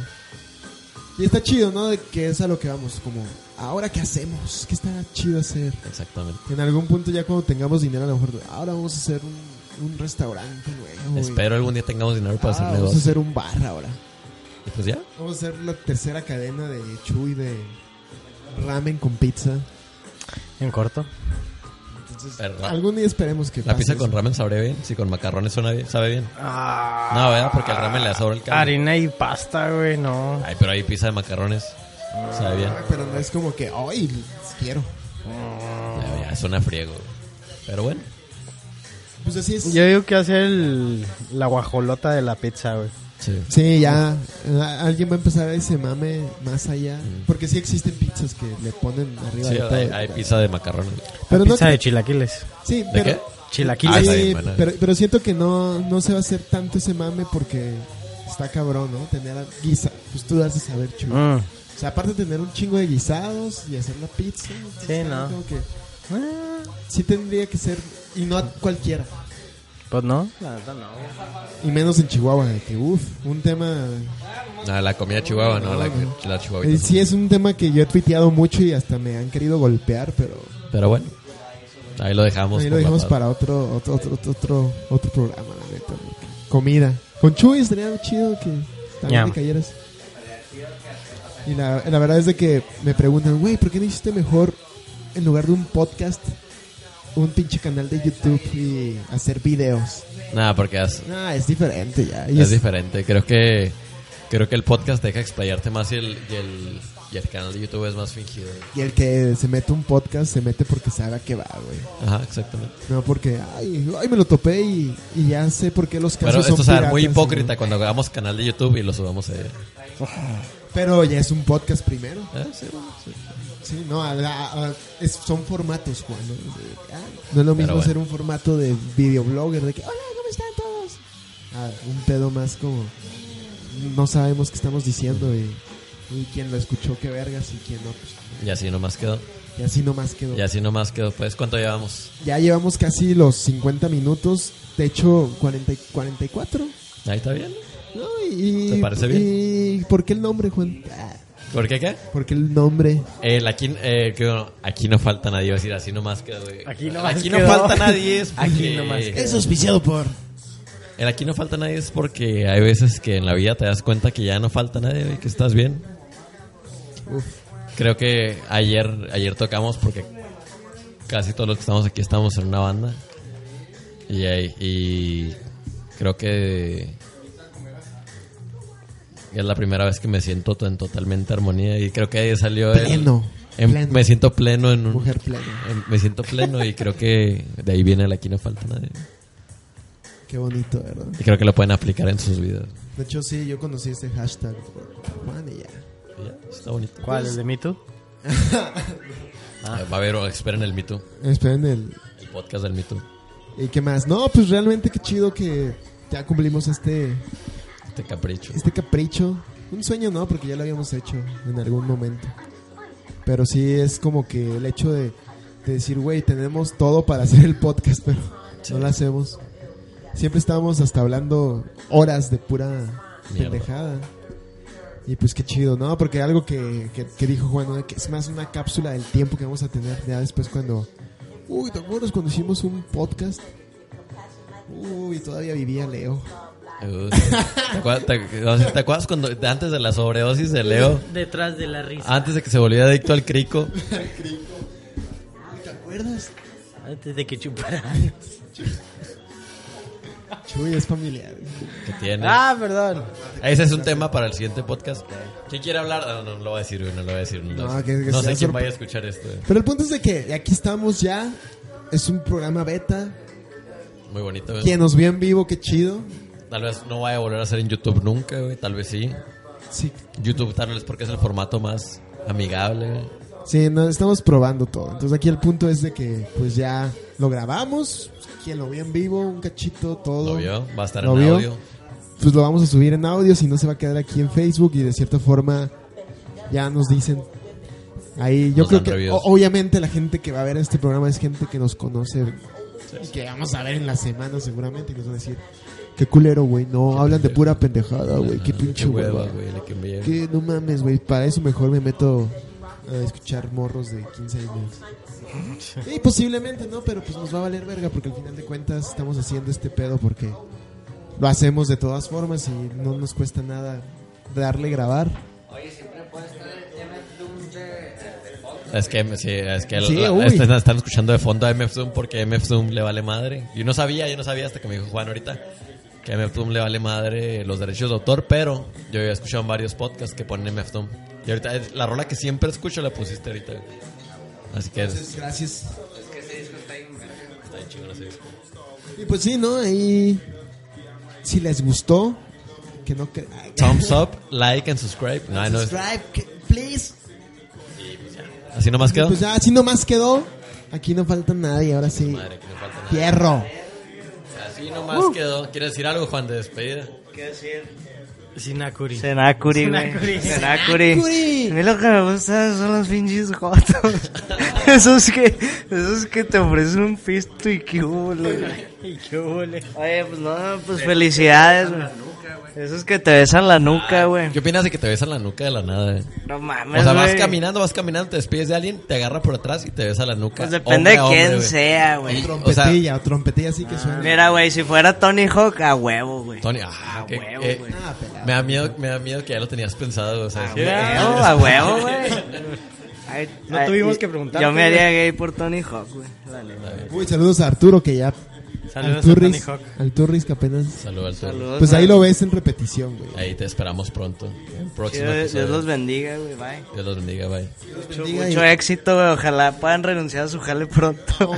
[SPEAKER 2] Y está chido, ¿no? De que es a lo que vamos, como, ¿ahora qué hacemos? ¿Qué está chido hacer?
[SPEAKER 1] Exactamente.
[SPEAKER 2] En algún punto ya cuando tengamos dinero a lo mejor ahora vamos a hacer un, un restaurante nuevo. güey.
[SPEAKER 1] Espero algún día tengamos dinero para
[SPEAKER 2] Ah,
[SPEAKER 1] hacer
[SPEAKER 2] vamos a
[SPEAKER 1] negocios.
[SPEAKER 2] hacer un bar ahora.
[SPEAKER 1] Y pues ya.
[SPEAKER 2] Vamos a hacer la tercera cadena de Chuy de ramen con pizza.
[SPEAKER 5] En corto.
[SPEAKER 2] Entonces,
[SPEAKER 1] Pero-
[SPEAKER 2] algún día esperemos que
[SPEAKER 1] La
[SPEAKER 2] pase
[SPEAKER 1] pizza
[SPEAKER 2] eso.
[SPEAKER 1] con ramen sabré bien. Si con macarrones suena bien, sabe bien. No, ¿verdad? Porque el ramen le da sabor al caldo.
[SPEAKER 5] Ah. Harina y pasta, güey, no.
[SPEAKER 1] Ay, pero hay pizza de macarrones. Sabe bien.
[SPEAKER 2] Ah, Pero no es como que hoy quiero.
[SPEAKER 1] Ya, ya, suena friego. Pero bueno.
[SPEAKER 2] Pues así es.
[SPEAKER 5] Yo digo que hacer el, la guajolota de la pizza, güey.
[SPEAKER 1] Sí.
[SPEAKER 2] Sí, ya ah, alguien va a empezar ese mame más allá, porque sí existen pizzas que le ponen arriba de todo.
[SPEAKER 1] Mm. hay, hay pizza de macarrones.
[SPEAKER 2] pero no
[SPEAKER 5] pizza
[SPEAKER 2] que-
[SPEAKER 5] de chilaquiles.
[SPEAKER 2] sí,
[SPEAKER 1] ¿De
[SPEAKER 2] pero
[SPEAKER 1] qué?
[SPEAKER 5] Chilaquiles.
[SPEAKER 1] Ah,
[SPEAKER 2] Sí,
[SPEAKER 1] está bien, bueno.
[SPEAKER 2] pero, pero siento que no, no se va a hacer tanto ese mame porque está cabrón, ¿no? Tener a guisa, pues tú das de saber, chulo.
[SPEAKER 5] Mm.
[SPEAKER 2] O sea, aparte de tener un chingo de guisados y hacer la pizza. entonces,
[SPEAKER 5] Sí,
[SPEAKER 2] ¿no?
[SPEAKER 5] no. Ah.
[SPEAKER 2] Como que, sí tendría que ser, y no a cualquiera.
[SPEAKER 5] Pues no.
[SPEAKER 2] Y menos en Chihuahua, de que uff, un tema...
[SPEAKER 1] No, Ah, la comida chihuahua, no, la, la chihuahuita.
[SPEAKER 2] eh, sí es un tema que yo he tuiteado mucho y hasta me han querido golpear, pero
[SPEAKER 1] Pero bueno. Ahí lo dejamos.
[SPEAKER 2] ahí lo
[SPEAKER 1] por la
[SPEAKER 2] dejamos
[SPEAKER 1] paz.
[SPEAKER 2] para otro, otro, otro, otro, otro, otro programa, la neta. porque Comida. Con Chuy estaría chido que también
[SPEAKER 5] Ya.
[SPEAKER 2] te cayeras. Y la, la verdad es de que me preguntan, güey, ¿por qué no hiciste mejor en lugar de un podcast? un pinche canal de YouTube y hacer videos.
[SPEAKER 1] Nada, porque es,
[SPEAKER 2] Ah, es diferente ya. Y
[SPEAKER 1] es
[SPEAKER 2] es-
[SPEAKER 1] diferente. Creo que creo que el podcast te deja explayarte más y el, y el, y el canal de YouTube es más fingido.
[SPEAKER 2] y el que se mete un podcast se mete porque sabe a qué va, güey.
[SPEAKER 1] Ajá, exactamente.
[SPEAKER 2] No, porque, ay, ay, me lo topé y, y ya sé por qué los casos
[SPEAKER 1] Pero
[SPEAKER 2] son
[SPEAKER 1] esto es a ver, muy
[SPEAKER 2] piratas,
[SPEAKER 1] hipócrita
[SPEAKER 2] ¿no?
[SPEAKER 1] cuando hagamos canal de YouTube y lo subamos ahí.
[SPEAKER 2] Pero ya es un podcast primero.
[SPEAKER 1] Ah, sí, bueno, sí.
[SPEAKER 2] Sí, no, a la- a- es- son formatos, Juan. No, De- ah, no es lo mismo
[SPEAKER 1] bueno.
[SPEAKER 2] hacer un formato de videoblogger, de que, hola, ¿cómo están todos? Ah, un pedo más como, no sabemos qué estamos diciendo y, y quien lo escuchó, qué vergas, y quien no. pues,
[SPEAKER 1] Y así nomás quedó.
[SPEAKER 2] y así nomás quedó.
[SPEAKER 1] Y así nomás quedó. Pues, ¿cuánto llevamos?
[SPEAKER 2] Ya llevamos casi los 50 minutos, de hecho, 40, y- 44.
[SPEAKER 1] Ahí está bien.
[SPEAKER 2] No, y,
[SPEAKER 1] ¿Te parece bien?
[SPEAKER 2] ¿Y por qué el nombre, Juan? Ah,
[SPEAKER 1] ¿Por qué qué?
[SPEAKER 2] ¿Por qué el nombre?
[SPEAKER 1] El aquí, eh, que, bueno, aquí no falta nadie, iba a decir así nomás quedó. güey.
[SPEAKER 5] Aquí nomás
[SPEAKER 1] aquí no
[SPEAKER 5] quedó.
[SPEAKER 1] falta nadie. Es
[SPEAKER 5] Aquí
[SPEAKER 1] porque-
[SPEAKER 5] nomás quedó.
[SPEAKER 2] Es auspiciado por...
[SPEAKER 1] El aquí no falta nadie es porque hay veces que en la vida te das cuenta que ya no falta nadie güey, que estás bien. Creo que ayer, ayer tocamos porque casi todos los que estamos aquí estamos en una banda. Y, ahí- y creo que es la primera vez que me siento to- en totalmente armonía. Y creo que ahí salió el-
[SPEAKER 2] Pleno,
[SPEAKER 1] en-
[SPEAKER 2] pleno.
[SPEAKER 1] Me siento pleno en un.
[SPEAKER 2] Mujer plena.
[SPEAKER 1] en- me siento pleno y creo que de ahí viene el aquí no falta nadie.
[SPEAKER 2] Qué bonito, ¿verdad?
[SPEAKER 1] Y creo que lo pueden aplicar en sus vidas.
[SPEAKER 2] De hecho, sí, yo conocí este hashtag. Juan y ya.
[SPEAKER 1] Y ya, está bonito.
[SPEAKER 5] ¿Cuál? ¿El de Me Too?
[SPEAKER 1] Eh, Va a haber, oh, esperen el mito.
[SPEAKER 2] Esperen el...
[SPEAKER 1] El podcast del mito.
[SPEAKER 2] ¿Y qué más? No, pues realmente qué chido que ya cumplimos este,
[SPEAKER 1] Este capricho.
[SPEAKER 2] este capricho. Un sueño no, porque ya lo habíamos hecho en algún momento. Pero sí es como que el hecho de, de decir, güey, tenemos todo para hacer el podcast, pero no lo hacemos. Siempre estábamos hasta hablando horas de pura
[SPEAKER 1] Mierda.
[SPEAKER 2] pendejada. Y pues qué chido, ¿no? Porque algo que, que, que dijo Juan, ¿no? que es más una cápsula del tiempo que vamos a tener ya después cuando... Uy, ¿te acuerdas cuando hicimos un podcast? Uy, todavía vivía Leo.
[SPEAKER 1] Uh, ¿Te acuerdas, te- o sea, ¿te acuerdas cuando antes de la sobredosis de Leo?
[SPEAKER 6] Detrás de la risa.
[SPEAKER 1] Antes de que se volviera adicto al crico.
[SPEAKER 2] ¿Te acuerdas?
[SPEAKER 6] Antes de que chuparan.
[SPEAKER 2] Chuy, es familiar.
[SPEAKER 1] Que tiene.
[SPEAKER 4] Ah, perdón.
[SPEAKER 1] Ese es un tema para el siguiente podcast. ¿Quién quiere hablar? Ah, no, no lo voy a decir, güey, no lo voy a decir. No, lo voy a
[SPEAKER 2] No,
[SPEAKER 1] decir.
[SPEAKER 2] que- que
[SPEAKER 1] No
[SPEAKER 2] sea
[SPEAKER 1] sé quién
[SPEAKER 2] sorpre-
[SPEAKER 1] vaya a escuchar esto. güey.
[SPEAKER 2] Pero el punto es de que aquí estamos ya. Es un programa beta.
[SPEAKER 1] Muy bonito. güey.
[SPEAKER 2] Quien nos vio en vivo, qué chido.
[SPEAKER 1] Tal vez no vaya a volver a hacer en YouTube nunca, güey. Tal vez sí.
[SPEAKER 2] Sí,
[SPEAKER 1] YouTube tal vez porque es el formato más amigable. güey.
[SPEAKER 2] sí no, estamos probando todo. Entonces aquí el punto es de que pues ya lo grabamos. Quien lo vio en vivo, un cachito, todo.
[SPEAKER 1] Lo vio, va a estar
[SPEAKER 2] ¿Lo
[SPEAKER 1] en
[SPEAKER 2] vio?
[SPEAKER 1] audio.
[SPEAKER 2] Pues lo vamos a subir en audio, si no se va a quedar aquí en Facebook y de cierta forma ya nos dicen. Ahí yo
[SPEAKER 1] Nos
[SPEAKER 2] creo
[SPEAKER 1] dan
[SPEAKER 2] que
[SPEAKER 1] reviews.
[SPEAKER 2] o- obviamente la gente que va a ver este programa es gente que nos conoce y que vamos a ver en la semana seguramente y nos van a decir, qué culero, güey, no, hablan de pura pendejada, güey, qué
[SPEAKER 1] Ah,
[SPEAKER 2] pinche hueva, güey.
[SPEAKER 1] güey. la que me lleva.
[SPEAKER 2] Que no mames, güey, para eso mejor me meto a escuchar morros de 15 años. Y posiblemente, ¿no? Pero pues nos va a valer verga porque al final de cuentas estamos haciendo este pedo porque lo hacemos de todas formas y no nos cuesta nada darle grabar.
[SPEAKER 3] Oye, siempre puedes traer tema de un
[SPEAKER 1] Es que, sí, es que
[SPEAKER 2] Sí,
[SPEAKER 1] la-
[SPEAKER 2] uy.
[SPEAKER 1] están, están escuchando de fondo a MF Zoom porque MF Zoom le vale madre. Yo no sabía, yo no sabía hasta que me dijo Juan ahorita que a MF Zoom le vale madre los derechos de autor, pero yo había escuchado en varios podcasts que ponen MF Zoom. Y ahorita es- la rola que siempre escucho la pusiste ahorita. Así que es,
[SPEAKER 2] Gracias.
[SPEAKER 1] está bien chingón ese disco.
[SPEAKER 2] Y pues sí, ¿no? Ahí si les gustó, que no cre- Ay,
[SPEAKER 1] Thumbs up, like and subscribe. No, no, es-
[SPEAKER 2] *laughs* subscribe, que- please.
[SPEAKER 1] así nomás quedó.
[SPEAKER 2] Pues ya así nomás quedó. Aquí no falta nadie, ahora sí.
[SPEAKER 1] Madre, que no falta nada.
[SPEAKER 2] Fierro.
[SPEAKER 1] Así nomás
[SPEAKER 2] Uh.
[SPEAKER 1] quedó. ¿Quieres decir algo, Juan, de despedida?
[SPEAKER 6] Sinakuri.
[SPEAKER 4] Senacuri,
[SPEAKER 6] Senacuri.
[SPEAKER 4] güey. Senacuri.
[SPEAKER 2] Senacuri.
[SPEAKER 4] A mí lo que me gusta son los pinches jotos. *laughs* esos que, esos que te ofrecen un pisto y qué hubo, *laughs* güey.
[SPEAKER 6] Y qué huele.
[SPEAKER 4] Oye, pues no, pues felicidades, güey. Esos que te besan la nuca, güey.
[SPEAKER 1] ¿Qué opinas de que te besan la nuca de la nada? eh?
[SPEAKER 4] No mames,
[SPEAKER 1] O sea, vas
[SPEAKER 4] güey.
[SPEAKER 1] caminando, vas caminando, te despides de alguien, te agarra por atrás y te besa la nuca.
[SPEAKER 4] Pues depende de
[SPEAKER 1] Hombre a
[SPEAKER 4] quién
[SPEAKER 1] hombre, güey.
[SPEAKER 4] sea, güey.
[SPEAKER 1] O sea,
[SPEAKER 2] Trompetilla, o trompetilla
[SPEAKER 4] Ah,
[SPEAKER 2] sí que suena.
[SPEAKER 4] Mira, güey, si fuera Tony Hawk, a huevo, güey.
[SPEAKER 1] Tony, ah, que-
[SPEAKER 4] huevo,
[SPEAKER 1] eh,
[SPEAKER 4] güey. Ah,
[SPEAKER 2] Ah, pelado.
[SPEAKER 4] *laughs*
[SPEAKER 1] me da miedo, me da miedo que ya lo tenías pensado, o sea,
[SPEAKER 4] A
[SPEAKER 1] que- *laughs*
[SPEAKER 4] huevo, a huevo, güey.
[SPEAKER 6] Ay,
[SPEAKER 4] No
[SPEAKER 6] ay,
[SPEAKER 4] tuvimos
[SPEAKER 6] y-
[SPEAKER 4] que preguntarte,
[SPEAKER 6] Yo me
[SPEAKER 4] güey.
[SPEAKER 6] haría gay por Tony Hawk, güey. la neta.
[SPEAKER 2] Uy, saludos a Arturo que ya.
[SPEAKER 4] Saludos a Tony
[SPEAKER 2] Alturris,
[SPEAKER 4] Hawk.
[SPEAKER 2] Alturris que apenas.
[SPEAKER 1] Saludos al
[SPEAKER 6] Saludos,
[SPEAKER 2] Pues ahí
[SPEAKER 6] güey.
[SPEAKER 2] lo ves en repetición, güey.
[SPEAKER 1] Ahí te esperamos pronto. En
[SPEAKER 6] Sí,
[SPEAKER 1] próximo
[SPEAKER 6] Dios, Dios
[SPEAKER 1] episodio.
[SPEAKER 6] los bendiga, güey. Bye.
[SPEAKER 1] Dios los bendiga, bye.
[SPEAKER 6] Mucho, mucho éxito, güey. Ojalá puedan renunciar a su jale pronto.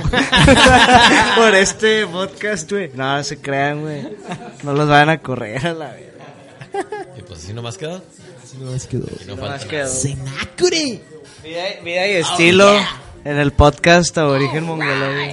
[SPEAKER 6] *laughs* por este podcast, güey. No, no se crean, güey. No los van a correr a la verga.
[SPEAKER 1] Y pues así nomás queda.
[SPEAKER 2] Así nomás quedó.
[SPEAKER 1] Y no
[SPEAKER 6] Nomás
[SPEAKER 1] falta.
[SPEAKER 6] quedó. Vida, y- vida y estilo en el podcast Aborigen Mongoloide.